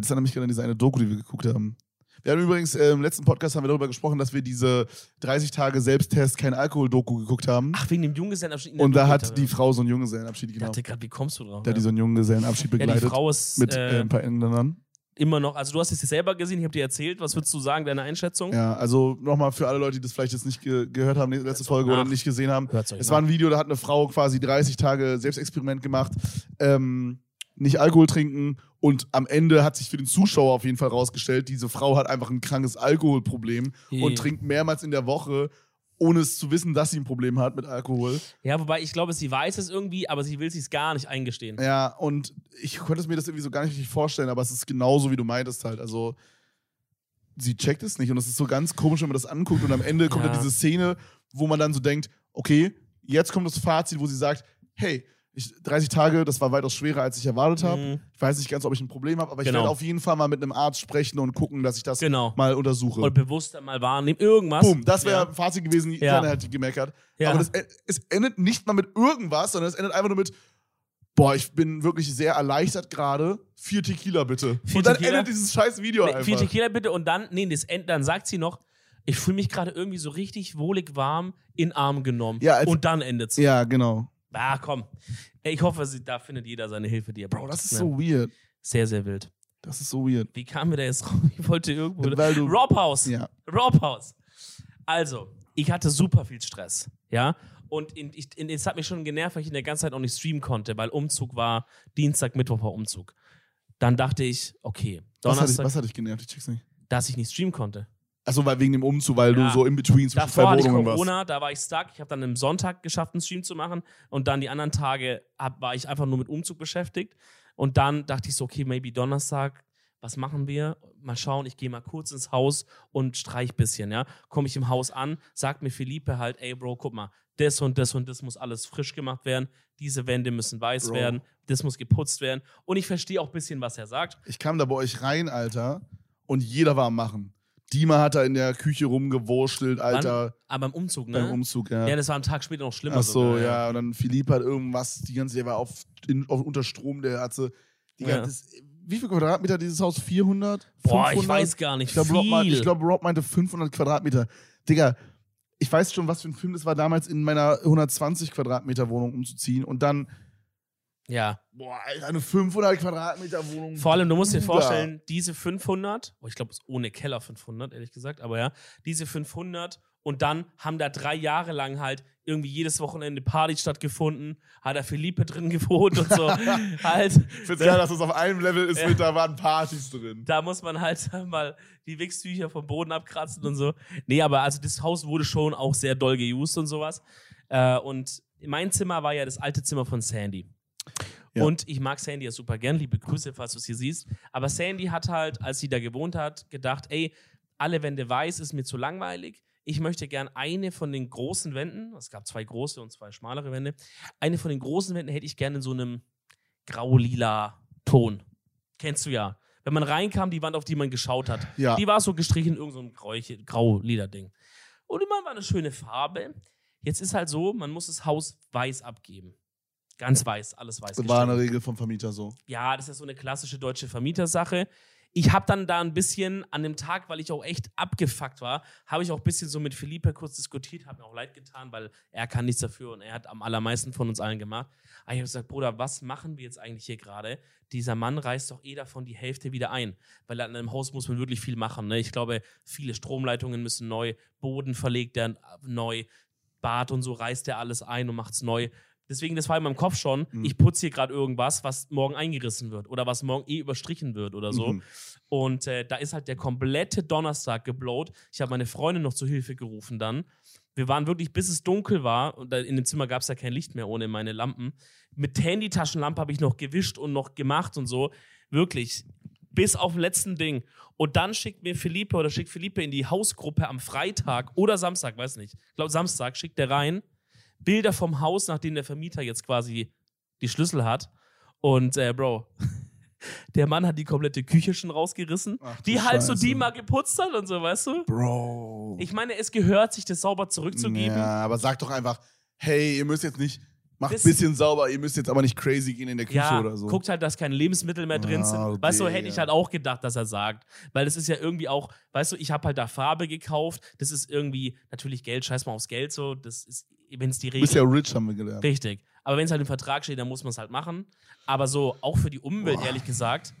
Speaker 1: das erinnert mich gerade an diese eine Doku, die wir geguckt haben. Wir haben übrigens äh, im letzten Podcast haben wir darüber gesprochen, dass wir diese 30 Tage Selbsttest kein Alkohol-Doku geguckt haben.
Speaker 2: Ach, wegen dem Junggesellenabschied. in der
Speaker 1: und da
Speaker 2: Bude,
Speaker 1: hat
Speaker 2: Alter.
Speaker 1: die Frau so einen Junggesellenabschied,
Speaker 2: Ich
Speaker 1: genau.
Speaker 2: dachte gerade, wie kommst du drauf?
Speaker 1: Da hat die so einen Junggesellenabschied
Speaker 2: ja, die
Speaker 1: begleitet
Speaker 2: Frau ist
Speaker 1: mit
Speaker 2: äh,
Speaker 1: äh, ein paar Engländern.
Speaker 2: immer noch, also du hast es dir selber gesehen, ich habe dir erzählt, was würdest du sagen, deine Einschätzung?
Speaker 1: Ja, also nochmal für alle Leute, die das vielleicht jetzt nicht ge gehört haben, die letzte Folge oder
Speaker 2: Ach.
Speaker 1: nicht gesehen haben.
Speaker 2: Hört's euch
Speaker 1: Es
Speaker 2: mal
Speaker 1: war ein Video, da hat eine Frau quasi 30 Tage Selbstexperiment gemacht, ähm, nicht Alkohol trinken und am Ende hat sich für den Zuschauer auf jeden Fall rausgestellt, diese Frau hat einfach ein krankes Alkoholproblem
Speaker 2: Je.
Speaker 1: und trinkt mehrmals in der Woche ohne es zu wissen, dass sie ein Problem hat mit Alkohol.
Speaker 2: Ja, wobei ich glaube, sie weiß es irgendwie, aber sie will es sich gar nicht eingestehen.
Speaker 1: Ja, und ich konnte es mir das irgendwie so gar nicht richtig vorstellen, aber es ist genauso, wie du meintest halt. Also, sie checkt es nicht und es ist so ganz komisch, wenn man das anguckt und am Ende kommt
Speaker 2: Ja.
Speaker 1: dann diese Szene, wo man dann so denkt, okay, jetzt kommt das Fazit, wo sie sagt, hey, ich, 30 Tage, das war weitaus schwerer, als ich erwartet habe.
Speaker 2: Mhm.
Speaker 1: Ich weiß nicht ganz, ob ich ein Problem habe, aber ich
Speaker 2: Genau.
Speaker 1: werde auf jeden Fall mal mit einem Arzt sprechen und gucken, dass ich das
Speaker 2: Genau.
Speaker 1: mal untersuche.
Speaker 2: Oder bewusster mal wahrnehmen, irgendwas.
Speaker 1: Boom, das wäre
Speaker 2: Ja.
Speaker 1: ein Fazit gewesen, die
Speaker 2: Ja.
Speaker 1: Kleine hat gemeckert.
Speaker 2: Ja.
Speaker 1: Aber das, e- es endet nicht mal mit irgendwas, sondern es endet einfach nur mit, boah, ich bin wirklich sehr erleichtert gerade. Vier Tequila bitte.
Speaker 2: Vier
Speaker 1: und dann
Speaker 2: Tequila?
Speaker 1: endet dieses scheiß Video
Speaker 2: Nee,
Speaker 1: einfach.
Speaker 2: Vier Tequila bitte und dann, nee, das End, dann sagt sie noch, ich fühle mich gerade irgendwie so richtig wohlig warm in Arm genommen.
Speaker 1: Ja, als-
Speaker 2: und dann endet's.
Speaker 1: Ja, genau.
Speaker 2: Ah, komm. Ich hoffe, sie, da findet jeder seine Hilfe, die er braucht.
Speaker 1: Bro, das ist
Speaker 2: Ja.
Speaker 1: so weird.
Speaker 2: Sehr, sehr wild.
Speaker 1: Das ist so weird.
Speaker 2: Wie kamen wir da jetzt raus? Ich wollte irgendwo.
Speaker 1: Weil du-
Speaker 2: Rob House.
Speaker 1: Ja.
Speaker 2: Rob House. Also, ich hatte super viel Stress. Ja. Und in, ich, in, es hat mich schon genervt, weil ich in der ganzen Zeit auch nicht streamen konnte, weil Umzug war, Dienstag, Mittwoch war Umzug. Dann dachte ich,
Speaker 1: Was
Speaker 2: okay,
Speaker 1: hat, dich,
Speaker 2: Donnerstag,
Speaker 1: was hat dich genervt? Ich check's nicht.
Speaker 2: dass ich nicht streamen konnte.
Speaker 1: Achso, weil wegen dem Umzug, weil
Speaker 2: Ja.
Speaker 1: du so in between zwischen
Speaker 2: Davor
Speaker 1: zwei
Speaker 2: hatte ich
Speaker 1: Wohnungen warst.
Speaker 2: Corona, da war ich stuck. Ich habe dann am Sonntag geschafft, einen Stream zu machen. Und dann die anderen Tage hab, war ich einfach nur mit Umzug beschäftigt. Und dann dachte ich so, okay, maybe Donnerstag, was machen wir? Mal schauen, ich gehe mal kurz ins Haus und streich bisschen, ja. Komme ich im Haus an, sagt mir Felipe halt, ey Bro, guck mal, das und das und das muss alles frisch gemacht werden. Diese Wände müssen weiß
Speaker 1: Bro.
Speaker 2: werden, das muss geputzt werden. Und ich verstehe auch ein bisschen, was er sagt.
Speaker 1: Ich kam da bei euch rein, Alter, und jeder war am Machen. Dima hat da in der Küche rumgewurschtelt, Alter,
Speaker 2: Aber im Umzug, ne?
Speaker 1: beim Umzug. Ja.
Speaker 2: ja, das war am Tag später noch schlimmer. ne?
Speaker 1: Ach so,
Speaker 2: sogar,
Speaker 1: ja. Und dann Philipp hat irgendwas, die ganze, der war auf, in, auf, unter Strom, der hatte. Die
Speaker 2: Ja.
Speaker 1: ganze, wie viel Quadratmeter dieses Haus? 400?
Speaker 2: Boah,
Speaker 1: 500?
Speaker 2: ich weiß gar nicht.
Speaker 1: Ich glaube, Rob,
Speaker 2: viel.
Speaker 1: meinte- ich glaub, Rob meinte 500 Quadratmeter. Digga, ich weiß schon, was für ein Film das war, damals in meiner 120 Quadratmeter Wohnung umzuziehen und dann,
Speaker 2: ja.
Speaker 1: boah, Alter, eine 500 Quadratmeter Wohnung.
Speaker 2: Vor allem, du musst dir
Speaker 1: Bruder.
Speaker 2: vorstellen, diese 500, oh, ich glaube, es ist ohne Keller 500, ehrlich gesagt, aber ja, diese 500 und dann haben da drei Jahre lang halt irgendwie jedes Wochenende Party stattgefunden, hat da Felipe drin gewohnt und so. halt,
Speaker 1: Ich find's geil, dass es auf einem Level ist,
Speaker 2: Ja.
Speaker 1: mit da waren Partys drin.
Speaker 2: da muss man halt mal die Wichstücher vom Boden abkratzen und so. Nee, aber also das Haus wurde schon auch sehr doll geused und sowas. Äh, und mein Zimmer war ja das alte Zimmer von Sandy.
Speaker 1: Ja.
Speaker 2: Und ich mag Sandy ja super gern, liebe Grüße, falls du es hier siehst. Aber Sandy hat halt, als sie da gewohnt hat, gedacht, ey, alle Wände weiß, ist mir zu langweilig. Ich möchte gern eine von den großen Wänden, es gab zwei große und zwei schmalere Wände, eine von den großen Wänden hätte ich gerne in so einem grau-lila Ton. Kennst du ja. Wenn man reinkam, die Wand, auf die man geschaut hat,
Speaker 1: Ja.
Speaker 2: die war so gestrichen in irgendeinem so grau-lila-Ding. Und immer war eine schöne Farbe. Jetzt ist halt so, man muss das Haus weiß abgeben. Ganz weiß, alles weiß.
Speaker 1: Das war
Speaker 2: gestrichen
Speaker 1: eine Regel vom Vermieter so.
Speaker 2: ja, das ist so eine klassische deutsche Vermietersache. Ich habe dann da ein bisschen an dem Tag, weil ich auch echt abgefuckt war, habe ich auch ein bisschen so mit Felipe kurz diskutiert, habe mir auch leid getan, weil er kann nichts dafür und er hat am allermeisten von uns allen gemacht. Aber ich habe gesagt, Bruder, was machen wir jetzt eigentlich hier gerade? Dieser Mann reißt doch eh davon die Hälfte wieder ein, weil an einem Haus muss man wirklich viel machen. Ne? Ich glaube, viele Stromleitungen müssen neu, Boden verlegt er neu, Bad und so reißt er alles ein und macht's neu. Deswegen, das war in meinem Kopf schon,
Speaker 1: Mhm.
Speaker 2: ich putze hier gerade irgendwas, was morgen eingerissen wird oder was morgen eh überstrichen wird oder so.
Speaker 1: Mhm.
Speaker 2: Und äh, da ist halt der komplette Donnerstag geblowt. Ich habe meine Freundin noch zur Hilfe gerufen dann. Wir waren wirklich, bis es dunkel war, und da in dem Zimmer gab es ja kein Licht mehr ohne meine Lampen. Mit Handytaschenlampe habe ich noch gewischt und noch gemacht und so. Wirklich. Bis auf den letzten Ding. Und dann schickt mir Felipe oder schickt Felipe in die Hausgruppe am Freitag oder Samstag, weiß nicht. Ich glaube, Samstag schickt er rein. Bilder vom Haus, nachdem der Vermieter jetzt quasi die Schlüssel hat. Und äh, Bro, der Mann hat die komplette Küche schon rausgerissen,
Speaker 1: Ach,
Speaker 2: die
Speaker 1: du
Speaker 2: halt so
Speaker 1: Scheiße.
Speaker 2: die mal geputzt hat und so, weißt du?
Speaker 1: Bro.
Speaker 2: Ich meine, es gehört, sich das sauber zurückzugeben.
Speaker 1: Ja, aber sag doch einfach, hey, ihr müsst jetzt nicht, macht ein
Speaker 2: Das-
Speaker 1: bisschen sauber, ihr müsst jetzt aber nicht crazy gehen in der Küche
Speaker 2: Ja,
Speaker 1: oder so.
Speaker 2: guckt halt, dass keine Lebensmittel mehr drin
Speaker 1: Ah,
Speaker 2: sind.
Speaker 1: okay,
Speaker 2: weißt du, hätte ich
Speaker 1: ja.
Speaker 2: halt auch gedacht, dass er sagt. Weil das ist ja irgendwie auch, weißt du, ich habe halt da Farbe gekauft. Das ist irgendwie, natürlich Geld, scheiß mal aufs Geld so. Das ist, wenn es die
Speaker 1: du
Speaker 2: Regel
Speaker 1: bist ja rich, haben wir gelernt.
Speaker 2: Richtig. Aber wenn es halt im Vertrag steht, dann muss man es halt machen. Aber so, auch für die Umwelt,
Speaker 1: Boah.
Speaker 2: ehrlich gesagt,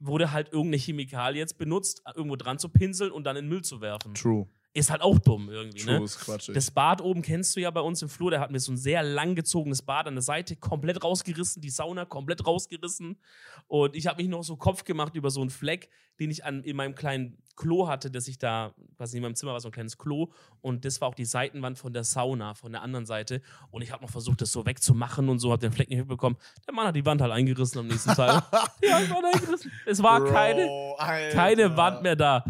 Speaker 2: wurde halt irgendeine Chemikalie jetzt benutzt, irgendwo dran zu pinseln und dann in den Müll zu werfen.
Speaker 1: True.
Speaker 2: Ist halt auch dumm irgendwie,
Speaker 1: True
Speaker 2: ne?
Speaker 1: ist quatschig.
Speaker 2: Das Bad oben kennst du ja bei uns im Flur, da hatten wir so ein sehr langgezogenes Bad an der Seite, komplett rausgerissen, die Sauna komplett rausgerissen. Und ich habe mich noch so Kopf gemacht über so einen Fleck, den ich an, in meinem kleinen Klo hatte, dass ich da, quasi in meinem Zimmer war so ein kleines Klo. Und das war auch die Seitenwand von der Sauna, von der anderen Seite. Und ich habe noch versucht, das so wegzumachen und so, habe den Fleck nicht mitbekommen. Der Mann hat die Wand halt eingerissen am nächsten Tag. ja, ich war da eingerissen. Es war keine,
Speaker 1: Bro, Alter.
Speaker 2: keine Wand mehr da.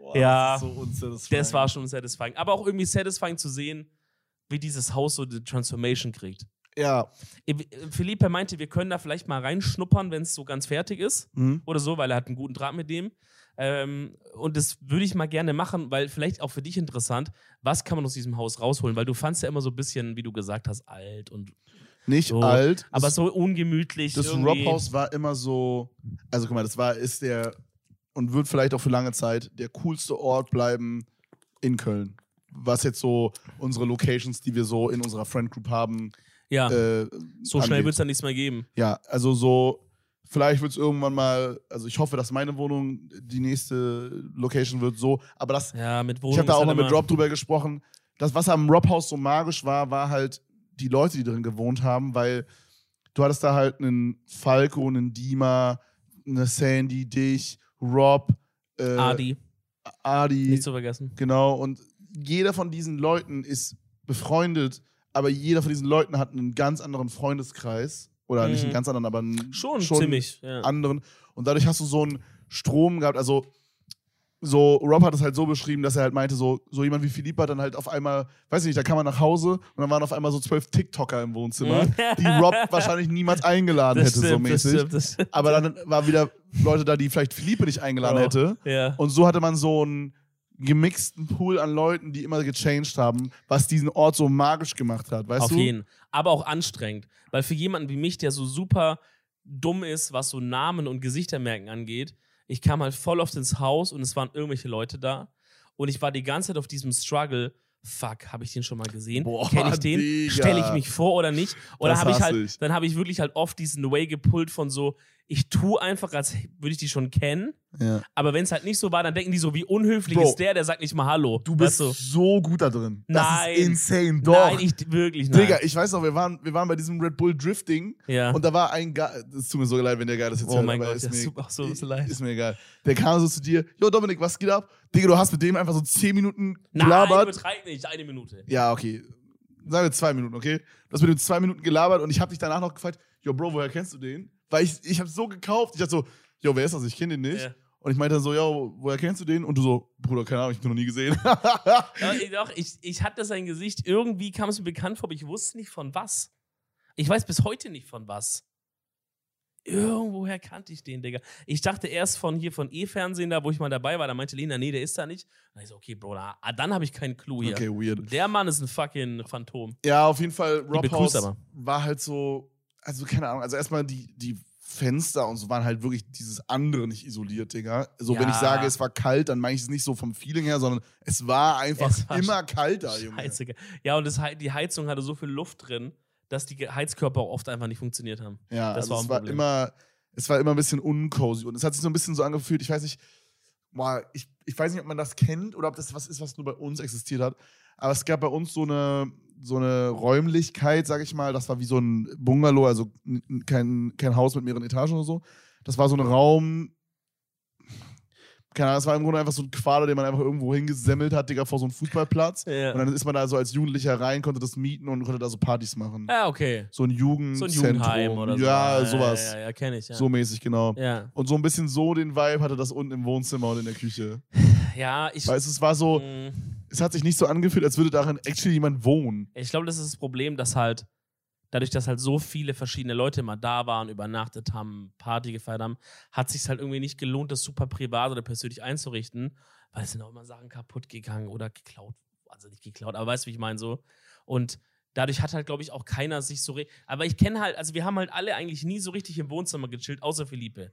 Speaker 1: Boah,
Speaker 2: Ja.
Speaker 1: Das, ist so unsatisfying.
Speaker 2: Das war schon satisfying. Aber auch irgendwie satisfying zu sehen, wie dieses Haus so die Transformation kriegt.
Speaker 1: Ja.
Speaker 2: Äh, Felipe meinte, wir können da vielleicht mal reinschnuppern, wenn es so ganz fertig ist
Speaker 1: Hm?
Speaker 2: oder so, weil er hat einen guten Draht mit dem. Ähm, und das würde ich mal gerne machen, weil vielleicht auch für dich interessant, was kann man aus diesem Haus rausholen? Weil du fandst ja immer so ein bisschen, wie du gesagt hast, alt und
Speaker 1: Nicht
Speaker 2: So.
Speaker 1: alt.
Speaker 2: aber
Speaker 1: das,
Speaker 2: so ungemütlich.
Speaker 1: das
Speaker 2: irgendwie.
Speaker 1: Rob-Haus war immer so. Also guck mal, das war, ist der und wird vielleicht auch für lange Zeit der coolste Ort bleiben in Köln. Was jetzt so unsere Locations, die wir so in unserer Friend Group haben.
Speaker 2: Ja,
Speaker 1: Äh,
Speaker 2: so schnell
Speaker 1: angeht.
Speaker 2: wird es dann nichts mehr geben.
Speaker 1: Ja, also so, vielleicht wird es irgendwann mal, also ich hoffe, dass meine Wohnung die nächste Location wird so, aber das,
Speaker 2: Ja, mit Wohnung.
Speaker 1: ich habe da
Speaker 2: ist
Speaker 1: auch mal
Speaker 2: halt
Speaker 1: mit
Speaker 2: immer-
Speaker 1: Rob drüber gesprochen, das, was am Rob-Haus so magisch war, war halt die Leute, die drin gewohnt haben, weil du hattest da halt einen Falco, einen Dima, eine Sandy, dich, Rob, äh,
Speaker 2: Adi,
Speaker 1: Adi
Speaker 2: nicht zu vergessen.
Speaker 1: Genau, und jeder von diesen Leuten ist befreundet, aber jeder von diesen Leuten hat einen ganz anderen Freundeskreis. Oder nicht einen
Speaker 2: Mhm.
Speaker 1: ganz anderen, aber einen
Speaker 2: Schon, ziemlich. Ja.
Speaker 1: anderen. Und dadurch hast du so einen Strom gehabt. Also, so, Rob hat es halt so beschrieben, dass er halt meinte, so, so jemand wie Philippe hat dann halt auf einmal, weiß ich nicht, da kam er nach Hause und dann waren auf einmal so zwölf TikToker im Wohnzimmer,
Speaker 2: Mhm.
Speaker 1: die Rob wahrscheinlich niemals eingeladen hätte, so mäßig.
Speaker 2: Das stimmt, das stimmt.
Speaker 1: Aber dann waren wieder Leute da, die vielleicht Philippe nicht eingeladen
Speaker 2: Oh.
Speaker 1: hätte.
Speaker 2: Ja.
Speaker 1: Und so hatte man so einen gemixten Pool an Leuten, die immer gechanged haben, was diesen Ort so magisch gemacht hat, weißt
Speaker 2: Auf
Speaker 1: du?
Speaker 2: jeden. Aber auch anstrengend. Weil für jemanden wie mich, der so super dumm ist, was so Namen und Gesichtermerken angeht, ich kam halt voll oft ins Haus und es waren irgendwelche Leute da. Und ich war die ganze Zeit auf diesem Struggle. Fuck, habe ich den schon mal gesehen?
Speaker 1: Boah,
Speaker 2: Kenne ich den?
Speaker 1: Digga.
Speaker 2: Stelle ich mich vor oder nicht? Oder
Speaker 1: Das
Speaker 2: habe ich
Speaker 1: hasse
Speaker 2: halt,
Speaker 1: ich.
Speaker 2: dann habe ich wirklich halt oft diesen Way gepullt von so, ich tue einfach, als würde ich die schon kennen.
Speaker 1: Ja.
Speaker 2: Aber wenn es halt nicht so war, dann denken die so, wie unhöflich
Speaker 1: Bro,
Speaker 2: ist der, der sagt nicht mal Hallo.
Speaker 1: Du bist
Speaker 2: Weißt du?
Speaker 1: so gut da drin. Das
Speaker 2: Nein.
Speaker 1: ist insane. Doch.
Speaker 2: Nein, ich wirklich nein.
Speaker 1: Digga, ich weiß noch, wir waren, wir waren bei diesem Red Bull Drifting
Speaker 2: ja.
Speaker 1: und da war ein Guy, es tut mir so leid, wenn der Guy das jetzt
Speaker 2: Oh
Speaker 1: hört,
Speaker 2: mein
Speaker 1: aber
Speaker 2: Gott,
Speaker 1: ist
Speaker 2: ja,
Speaker 1: mir,
Speaker 2: super, so ist leid.
Speaker 1: Ist mir egal. Der kam so zu dir, yo Dominik, was geht ab? Digga, du hast mit dem einfach so 10 Minuten
Speaker 2: Nein,
Speaker 1: gelabert.
Speaker 2: betreib nicht, eine Minute.
Speaker 1: Ja, okay. Sagen wir zwei Minuten, okay? Du hast mit dem zwei Minuten gelabert und ich habe dich danach noch gefragt, yo, Bro, woher kennst du den? Weil ich, ich habe so gekauft. Ich dachte so, yo, wer ist das? Ich kenne den nicht.
Speaker 2: Ja.
Speaker 1: Und ich meinte dann so, yo, woher kennst du den? Und du so, Bruder, keine Ahnung, ich hab den noch nie gesehen.
Speaker 2: Ja, ich- Doch, ich, ich hatte sein Gesicht, irgendwie kam es mir bekannt vor, aber ich wusste nicht von was. Ich weiß bis heute nicht von was. Irgendwoher kannte ich den, Digga. Ich dachte erst von hier, von E-Fernsehen, da wo ich mal dabei war, da meinte Lena, nee, der ist da nicht. Dann ich so, okay, Bro, da, ah, dann habe ich keinen Clou hier.
Speaker 1: okay, weird.
Speaker 2: Der Mann ist ein fucking Phantom.
Speaker 1: Ja, auf jeden Fall, Rob
Speaker 2: Liebe
Speaker 1: House
Speaker 2: Grüße aber.
Speaker 1: war halt so, also keine Ahnung, also erstmal die, die Fenster und so waren halt wirklich dieses andere nicht isoliert, Digga. So, wenn ich
Speaker 2: Ja.
Speaker 1: sage, es war kalt, dann meine ich es nicht so vom Feeling her, sondern es war einfach
Speaker 2: Es war
Speaker 1: immer kalter, Junge.
Speaker 2: Scheiße. Digga. Ja, und das, Hei- die Heizung hatte so viel Luft drin, dass die Ge- Heizkörper auch oft einfach nicht funktioniert haben.
Speaker 1: Ja,
Speaker 2: Das
Speaker 1: also
Speaker 2: war
Speaker 1: es
Speaker 2: ein
Speaker 1: war
Speaker 2: Problem.
Speaker 1: immer, es war immer ein bisschen uncozy und es hat sich so ein bisschen so angefühlt, ich weiß nicht, boah, ich, ich weiß nicht, ob man das kennt oder ob das was ist, was nur bei uns existiert hat, aber es gab bei uns so eine, so eine Räumlichkeit, sag ich mal, das war wie so ein Bungalow, also n- n- kein, kein Haus mit mehreren Etagen oder so, das war so ein Raum, keine Ahnung, das war im Grunde einfach so ein Quader, den man einfach irgendwo hingesemmelt hat, Digga, vor so einem Fußballplatz und
Speaker 2: Ja,
Speaker 1: dann ist man da so als Jugendlicher rein, konnte das mieten und konnte da so Partys machen.
Speaker 2: ja Ah, okay.
Speaker 1: So ein Jugend
Speaker 2: So ein Jugendheim oder so.
Speaker 1: Ja, sowas.
Speaker 2: Ja, ja, ja kenne ich. Ja.
Speaker 1: So mäßig, genau.
Speaker 2: ja.
Speaker 1: Und so ein bisschen so den Vibe hatte das unten im Wohnzimmer und in der Küche.
Speaker 2: ja, ich.
Speaker 1: Weißt du, es war so,
Speaker 2: mh,
Speaker 1: es hat sich nicht so angefühlt, als würde darin actually jemand wohnen.
Speaker 2: ich glaube, das ist das Problem, dass halt, dadurch, dass halt so viele verschiedene Leute immer da waren, übernachtet haben, Party gefeiert haben, hat sich halt irgendwie nicht gelohnt, das super privat oder persönlich einzurichten, weil es sind auch immer Sachen kaputt gegangen oder geklaut. Also nicht geklaut, aber weißt du, wie ich meine so. Und dadurch hat halt, glaube ich, auch keiner sich so. re- Aber ich kenne halt, also wir haben halt alle eigentlich nie so richtig im Wohnzimmer gechillt, außer Felipe.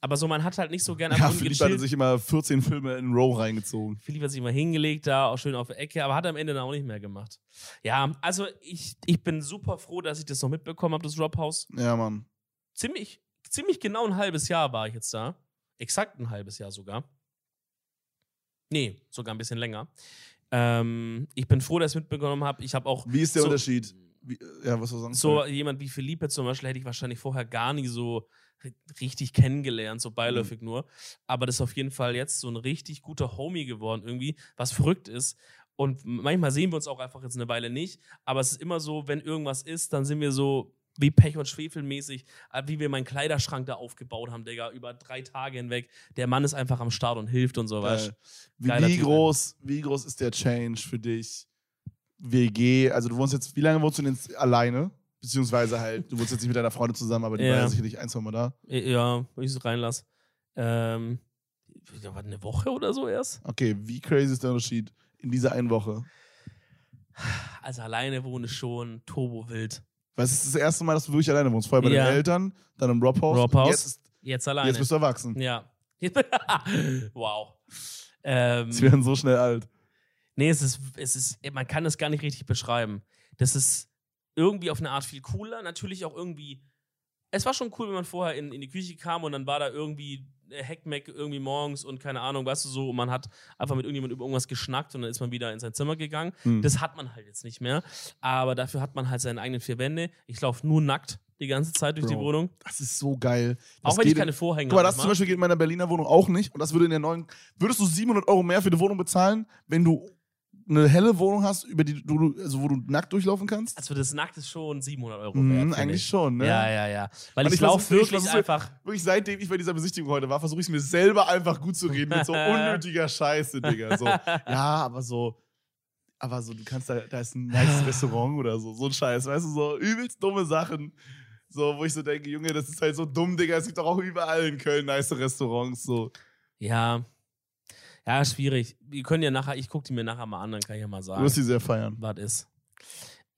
Speaker 2: Aber so, man hat halt nicht so gerne
Speaker 1: Ja,
Speaker 2: am Boden
Speaker 1: Philipp hatte
Speaker 2: gechillt.
Speaker 1: sich immer 14 Filme in Row reingezogen.
Speaker 2: Philipp hat sich mal hingelegt, da auch schön auf der Ecke, aber hat am Ende dann auch nicht mehr gemacht. Ja, also ich, ich bin super froh, dass ich das noch mitbekommen habe, das Rob House.
Speaker 1: Ja, Mann.
Speaker 2: Ziemlich, ziemlich genau ein halbes Jahr war ich jetzt da. Exakt ein halbes Jahr sogar. Nee, sogar ein bisschen länger. Ähm, ich bin froh, dass ich mitbekommen habe. Ich habe auch
Speaker 1: Wie ist der
Speaker 2: So-
Speaker 1: Unterschied? Wie, ja, was war sonst?
Speaker 2: so jemand wie Felipe zum Beispiel hätte ich wahrscheinlich vorher gar nie so ri- richtig kennengelernt, so beiläufig nur. Aber das ist auf jeden Fall jetzt so ein richtig guter Homie geworden, irgendwie, was verrückt ist. Und m- manchmal sehen wir uns auch einfach jetzt eine Weile nicht. Aber es ist immer so, wenn irgendwas ist, dann sind wir so wie Pech und Schwefelmäßig, äh, wie wir meinen Kleiderschrank da aufgebaut haben, Digga, über drei Tage hinweg. Der Mann ist einfach am Start und hilft und so,
Speaker 1: Geil.
Speaker 2: weißt du?
Speaker 1: Äh, Wie,
Speaker 2: Geiler
Speaker 1: wie,
Speaker 2: Typ,
Speaker 1: groß, wie groß ist der Change für dich? WG, also du wohnst jetzt, wie lange wohnst du denn jetzt alleine? Beziehungsweise halt, du wohnst jetzt nicht mit deiner Freundin zusammen, aber die
Speaker 2: Ja.
Speaker 1: war ja sicherlich ein, zwei Mal da.
Speaker 2: Ja, wenn ich es reinlasse. Ähm, ich glaub, eine Woche oder so erst?
Speaker 1: Okay, wie crazy ist der Unterschied in dieser einen Woche?
Speaker 2: Also alleine wohne schon turbo wild.
Speaker 1: Weil es ist das erste Mal, dass du wirklich alleine wohnst. Vorher bei
Speaker 2: Ja.
Speaker 1: deinen Eltern, dann im Rob-Haus.
Speaker 2: Rob
Speaker 1: und
Speaker 2: House.
Speaker 1: Jetzt, ist-
Speaker 2: Jetzt alleine.
Speaker 1: jetzt bist du erwachsen.
Speaker 2: ja. wow. Ähm,
Speaker 1: Sie werden so schnell alt.
Speaker 2: nee, es ist, es ist, man kann das gar nicht richtig beschreiben. Das ist irgendwie auf eine Art viel cooler. Natürlich auch irgendwie. Es war schon cool, wenn man vorher in, in die Küche kam und dann war da irgendwie äh, Heckmeck irgendwie morgens und keine Ahnung, weißt du so, und man hat einfach mit irgendjemandem über irgendwas geschnackt und dann ist man wieder in sein Zimmer gegangen.
Speaker 1: Hm.
Speaker 2: Das hat man halt jetzt nicht mehr. Aber dafür hat man halt seine eigenen vier Wände. Ich laufe nur nackt die ganze Zeit durch die
Speaker 1: Bro.
Speaker 2: Wohnung.
Speaker 1: Das ist so geil. Das
Speaker 2: Auch wenn ich
Speaker 1: geht in-
Speaker 2: keine Vorhänge
Speaker 1: Guck mal,
Speaker 2: habe. ne?
Speaker 1: das zum Beispiel geht in meiner Berliner Wohnung auch nicht. Und das würde in der neuen. Würdest du 700 Euro mehr für die Wohnung bezahlen, wenn du eine helle Wohnung hast, über die du, du- also wo du nackt durchlaufen kannst?
Speaker 2: Also das Nackt ist schon 700 Euro wert.
Speaker 1: Mhm,
Speaker 2: finde
Speaker 1: eigentlich
Speaker 2: ich.
Speaker 1: schon, ne?
Speaker 2: Ja, ja, ja. Weil
Speaker 1: Und
Speaker 2: ich,
Speaker 1: ich versuch's
Speaker 2: laufe
Speaker 1: wirklich,
Speaker 2: wirklich
Speaker 1: versuch's-
Speaker 2: einfach.
Speaker 1: Wirklich, seitdem ich bei dieser Besichtigung heute war, versuche ich es mir selber einfach gut zu reden mit so unnötiger Scheiße, Digga. So, ja, aber so. Aber so, du kannst da, da ist ein nice Restaurant oder so, so ein Scheiß, weißt du, so übelst dumme Sachen. So, wo ich so denke, Junge, das ist halt so dumm, Digga. Es gibt doch auch überall in Köln nice Restaurants, so.
Speaker 2: Ja. Ja, schwierig. Wir können ja nachher, ich gucke die mir nachher mal an, dann kann ich ja mal
Speaker 1: Du
Speaker 2: sagen,
Speaker 1: wirst die sehr feiern.
Speaker 2: was ist.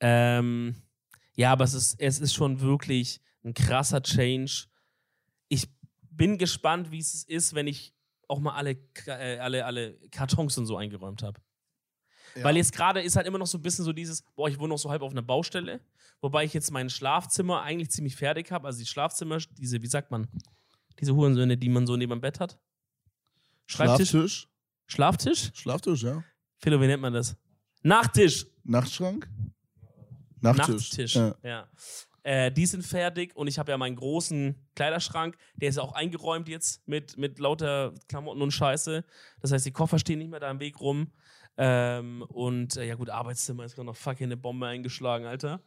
Speaker 2: Ähm, ja, aber es ist, es ist schon wirklich ein krasser Change. Ich bin gespannt, wie es ist, wenn ich auch mal alle, Ka- äh, alle, alle Kartons und so eingeräumt habe.
Speaker 1: Ja.
Speaker 2: Weil jetzt gerade ist halt immer noch so ein bisschen so dieses, boah, ich wohne noch so halb auf einer Baustelle, wobei ich jetzt mein Schlafzimmer eigentlich ziemlich fertig habe. Also die Schlafzimmer, diese, wie sagt man, diese Hurensöhne, die man so neben dem Bett hat. Schreibtisch?
Speaker 1: Schlaftisch.
Speaker 2: Schlaftisch?
Speaker 1: Schlaftisch, ja.
Speaker 2: Philo, wie nennt man das? Nachttisch!
Speaker 1: Nachtschrank? Nachttisch.
Speaker 2: Nachttisch.
Speaker 1: Ja.
Speaker 2: Ja. Äh, die sind fertig und ich habe ja meinen großen Kleiderschrank, der ist auch eingeräumt jetzt mit, mit lauter Klamotten und Scheiße. Das heißt, die Koffer stehen nicht mehr da im Weg rum. Ähm, und äh, ja gut, Arbeitszimmer ist gerade noch fucking eine Bombe eingeschlagen, Alter.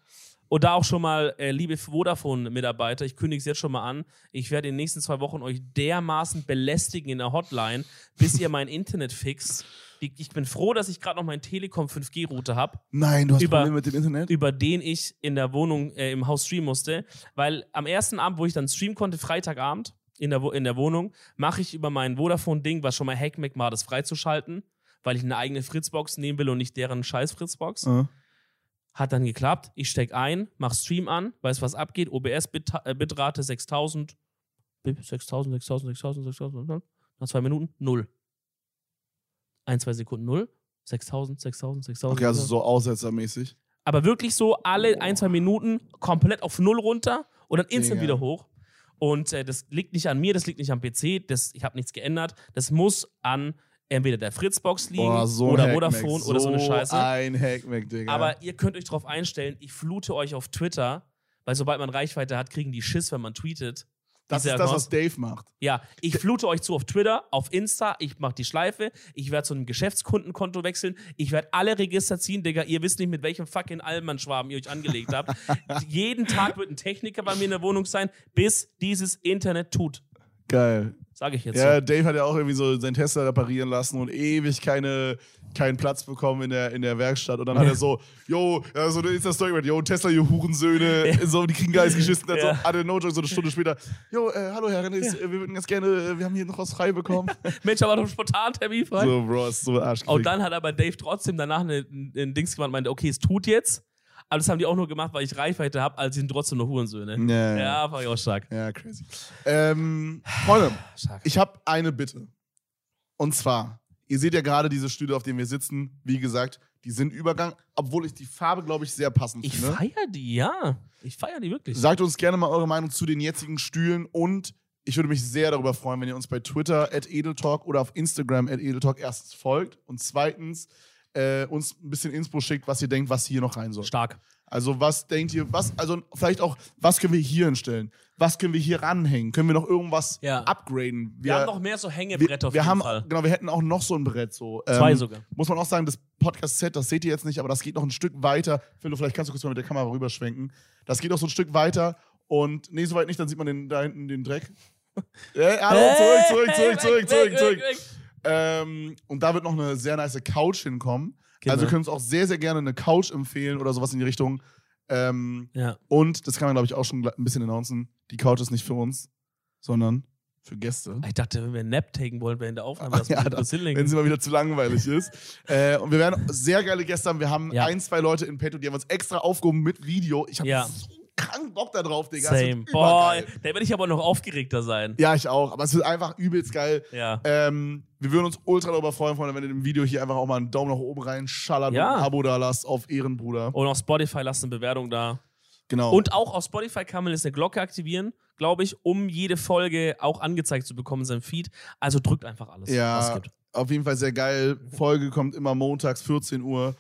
Speaker 2: Und da auch schon mal, äh, liebe Vodafone-Mitarbeiter, ich kündige es jetzt schon mal an, ich werde in den nächsten zwei Wochen euch dermaßen belästigen in der Hotline, bis ihr mein Internet fixt. Ich, ich bin froh, dass ich gerade noch meinen Telekom 5G-Route habe
Speaker 1: Nein, du hast
Speaker 2: Über-
Speaker 1: Probleme mit dem Internet?
Speaker 2: über den ich in der Wohnung, äh, im Haus streamen musste. Weil am ersten Abend, wo ich dann streamen konnte, Freitagabend in der, Wo- in der Wohnung, mache ich über mein Vodafone-Ding, was schon mal Hackmack war, das freizuschalten, weil ich eine eigene Fritzbox nehmen will und nicht deren scheiß Fritzbox.
Speaker 1: Ja.
Speaker 2: Hat dann geklappt. Ich steck ein, mach Stream an, weiß, was abgeht. OBS-Bitrate äh, Bitrate 6000. Bip, 6000, 6000, 6000, 6000. ne? Nach zwei Minuten null. Ein, zwei Sekunden null. 6000, 6000, 6000.
Speaker 1: Okay, also so aussetzermäßig.
Speaker 2: Aber wirklich so alle ein, zwei Minuten komplett auf Null runter und dann instant
Speaker 1: Digga.
Speaker 2: wieder hoch. Und äh, das liegt nicht an mir, das liegt nicht am PC, das, ich habe nichts geändert. Das muss an entweder der Fritzbox liegen
Speaker 1: Boah, so ein
Speaker 2: oder
Speaker 1: Hackmack,
Speaker 2: Vodafone oder so eine Scheiße.
Speaker 1: Ein Hackmack, Digga.
Speaker 2: Aber ihr könnt euch drauf einstellen, ich flute euch auf Twitter, weil sobald man Reichweite hat, kriegen die Schiss, wenn man tweetet.
Speaker 1: das
Speaker 2: diese
Speaker 1: ist das,
Speaker 2: Accounts-
Speaker 1: was Dave macht.
Speaker 2: Ja, ich flute euch zu auf Twitter, auf Insta, ich mache die Schleife, ich werde zu einem Geschäftskundenkonto wechseln, ich werde alle Register ziehen, Digga, ihr wisst nicht, mit welchem fucking Allmann-Schwaben ihr euch angelegt habt. Jeden Tag wird ein Techniker bei mir in der Wohnung sein, bis dieses Internet tut.
Speaker 1: Geil.
Speaker 2: Sage ich jetzt.
Speaker 1: Ja,
Speaker 2: so.
Speaker 1: Dave hat ja auch irgendwie so seinen Tesla reparieren lassen und ewig keine, keinen Platz bekommen in der, in der Werkstatt. Und dann hat er so, yo, ja, so eine Insta-Story mit, yo, Tesla, ihr Hurensöhne, so, die kriegen geiles geschissen. Dann
Speaker 2: Ja.
Speaker 1: so, alle no joke, so eine Stunde später, yo, äh, hallo Herr Rennes, äh, wir würden ganz gerne, äh, wir haben hier noch was frei bekommen.
Speaker 2: Mensch, aber doch spontan Termin frei.
Speaker 1: so, Bro, ist so Arsch.
Speaker 2: Und Oh, dann hat aber Dave trotzdem danach eine- ein ein Dings gemacht und meinte, okay, es tut jetzt. Aber das haben die auch nur gemacht, weil ich Reichweite habe, also sind trotzdem nur Hurensöhne.
Speaker 1: Ja, ja.
Speaker 2: Ja, war ich auch stark.
Speaker 1: ja crazy. Ähm, Freunde,
Speaker 2: stark.
Speaker 1: ich habe eine Bitte. Und zwar, ihr seht ja gerade diese Stühle, auf denen wir sitzen. Wie gesagt, die sind Übergang, obwohl ich die Farbe, glaube ich, sehr passend
Speaker 2: Ich
Speaker 1: finde.
Speaker 2: feier die, ja. Ich feier die wirklich.
Speaker 1: Sagt uns gerne mal eure Meinung zu den jetzigen Stühlen und Ich würde mich sehr darüber freuen, wenn ihr uns bei Twitter at edeltalk oder auf Instagram at edeltalk erstens folgt und zweitens äh, uns ein bisschen Inspo schickt, was ihr denkt, was hier noch rein soll.
Speaker 2: Stark.
Speaker 1: Also was denkt ihr, was, also vielleicht auch, was können wir hier hinstellen? Was können wir hier ranhängen? Können wir noch irgendwas
Speaker 2: Ja.
Speaker 1: upgraden?
Speaker 2: Wir haben noch mehr so
Speaker 1: wir,
Speaker 2: Hängebretter auf
Speaker 1: wir
Speaker 2: jeden
Speaker 1: haben,
Speaker 2: Fall.
Speaker 1: Genau, wir hätten auch noch so ein Brett. So. Ähm,
Speaker 2: Zwei sogar.
Speaker 1: Muss man auch sagen, das Podcast-Set, das seht ihr jetzt nicht, aber das geht noch ein Stück weiter. Phil, du vielleicht kannst du kurz mal mit der Kamera rüberschwenken. Das geht noch so ein Stück weiter. Und nee, soweit nicht, dann sieht man den, da hinten den Dreck. Hey, hallo, zurück,
Speaker 2: Hey,
Speaker 1: zurück,
Speaker 2: weg,
Speaker 1: zurück, zurück,
Speaker 2: weg,
Speaker 1: zurück,
Speaker 2: weg,
Speaker 1: zurück.
Speaker 2: weg.
Speaker 1: Ähm, und da wird noch eine sehr nice Couch hinkommen.
Speaker 2: Genau.
Speaker 1: Also wir können uns auch sehr, sehr gerne eine Couch empfehlen oder sowas in die Richtung. Ähm,
Speaker 2: Ja.
Speaker 1: und das kann man, glaube ich, auch schon gl- ein bisschen announcen. Die Couch ist nicht für uns, sondern für Gäste.
Speaker 2: Ich dachte, wenn wir einen Nap taken wollen, während der Aufnahme, dass wir
Speaker 1: Ja,
Speaker 2: uns kurz
Speaker 1: Wenn
Speaker 2: hinlegen.
Speaker 1: sie mal wieder zu langweilig ist. äh, und wir werden sehr geile Gäste haben. Wir haben
Speaker 2: Ja.
Speaker 1: ein, zwei Leute in petto, die haben uns extra aufgehoben mit Video. Ich habe
Speaker 2: Ja.
Speaker 1: so krank Bock da drauf, Digga. Das wird
Speaker 2: Same. Boah,
Speaker 1: übergeil.
Speaker 2: da werde ich aber noch aufgeregter sein.
Speaker 1: Ja, ich auch. Aber es wird einfach übelst geil.
Speaker 2: Ja.
Speaker 1: Ähm, wir würden uns ultra darüber freuen, Freunde, wenn ihr dem Video hier einfach auch mal einen Daumen nach oben reinschallert
Speaker 2: Ja.
Speaker 1: und ein Abo da lasst auf Ehrenbruder.
Speaker 2: Und auf Spotify lasst eine Bewertung da.
Speaker 1: Genau.
Speaker 2: Und auch auf Spotify kann man jetzt eine Glocke aktivieren, glaube ich, um jede Folge auch angezeigt zu bekommen in seinem Feed. Also drückt einfach alles,
Speaker 1: Ja.
Speaker 2: was es gibt.
Speaker 1: auf jeden Fall sehr geil. Folge kommt immer montags, 14 Uhr.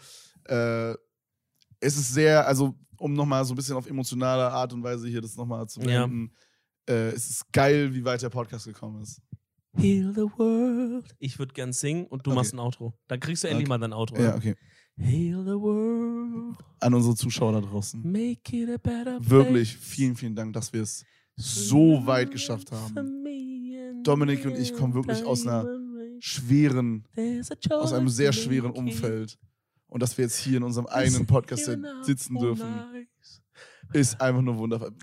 Speaker 1: Äh, es ist sehr, also um nochmal so ein bisschen auf emotionale Art und Weise hier das nochmal zu
Speaker 2: Ja.
Speaker 1: beenden. Äh, es ist geil, wie weit der Podcast gekommen ist.
Speaker 2: Heal the world. Ich würde gern singen und du
Speaker 1: Okay.
Speaker 2: machst ein Outro. Dann kriegst du endlich
Speaker 1: Okay.
Speaker 2: mal dein Outro.
Speaker 1: Ja, okay.
Speaker 2: Heal the world.
Speaker 1: An unsere Zuschauer da draußen.
Speaker 2: Make it a better place.
Speaker 1: Wirklich vielen, vielen Dank, dass wir es so weit geschafft haben. Dominik und ich kommen wirklich aus einer Schweren aus einem sehr schweren Umfeld. Und dass wir jetzt hier in unserem eigenen Podcast sitzen dürfen, ist einfach nur wundervoll.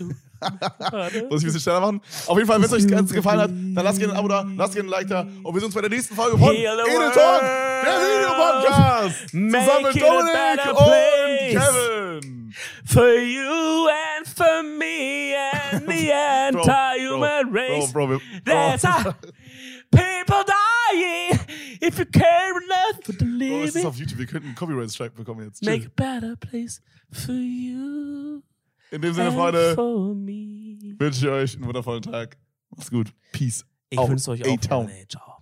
Speaker 1: Muss ich ein bisschen schneller machen? Auf jeden Fall, wenn es euch ganz gefallen hat, dann lasst gerne ein Abo da, lasst gerne ein Like da und wir sehen uns bei der nächsten Folge von
Speaker 2: Heal the
Speaker 1: Edel
Speaker 2: world.
Speaker 1: Talk, der Videopodcast.
Speaker 2: Make
Speaker 1: Zusammen mit
Speaker 2: it a
Speaker 1: Dominik
Speaker 2: better
Speaker 1: und Kevin.
Speaker 2: For you and for me and the entire human
Speaker 1: Bro,
Speaker 2: race.
Speaker 1: Oh, bro, wir,
Speaker 2: There's
Speaker 1: bro,
Speaker 2: a people dying if you care enough for the
Speaker 1: bro, oh, es ist
Speaker 2: living.
Speaker 1: auf YouTube, wir könnten einen Copyright-Strike bekommen jetzt.
Speaker 2: Make
Speaker 1: Chill.
Speaker 2: a better place for you
Speaker 1: In dem Sinne,
Speaker 2: and
Speaker 1: Freunde,
Speaker 2: for me.
Speaker 1: wünsche ich euch einen wundervollen Tag. Macht's gut. Peace.
Speaker 2: Ich
Speaker 1: Out.
Speaker 2: wünsche euch auch.
Speaker 1: A-Town.
Speaker 2: Freunde. Ciao.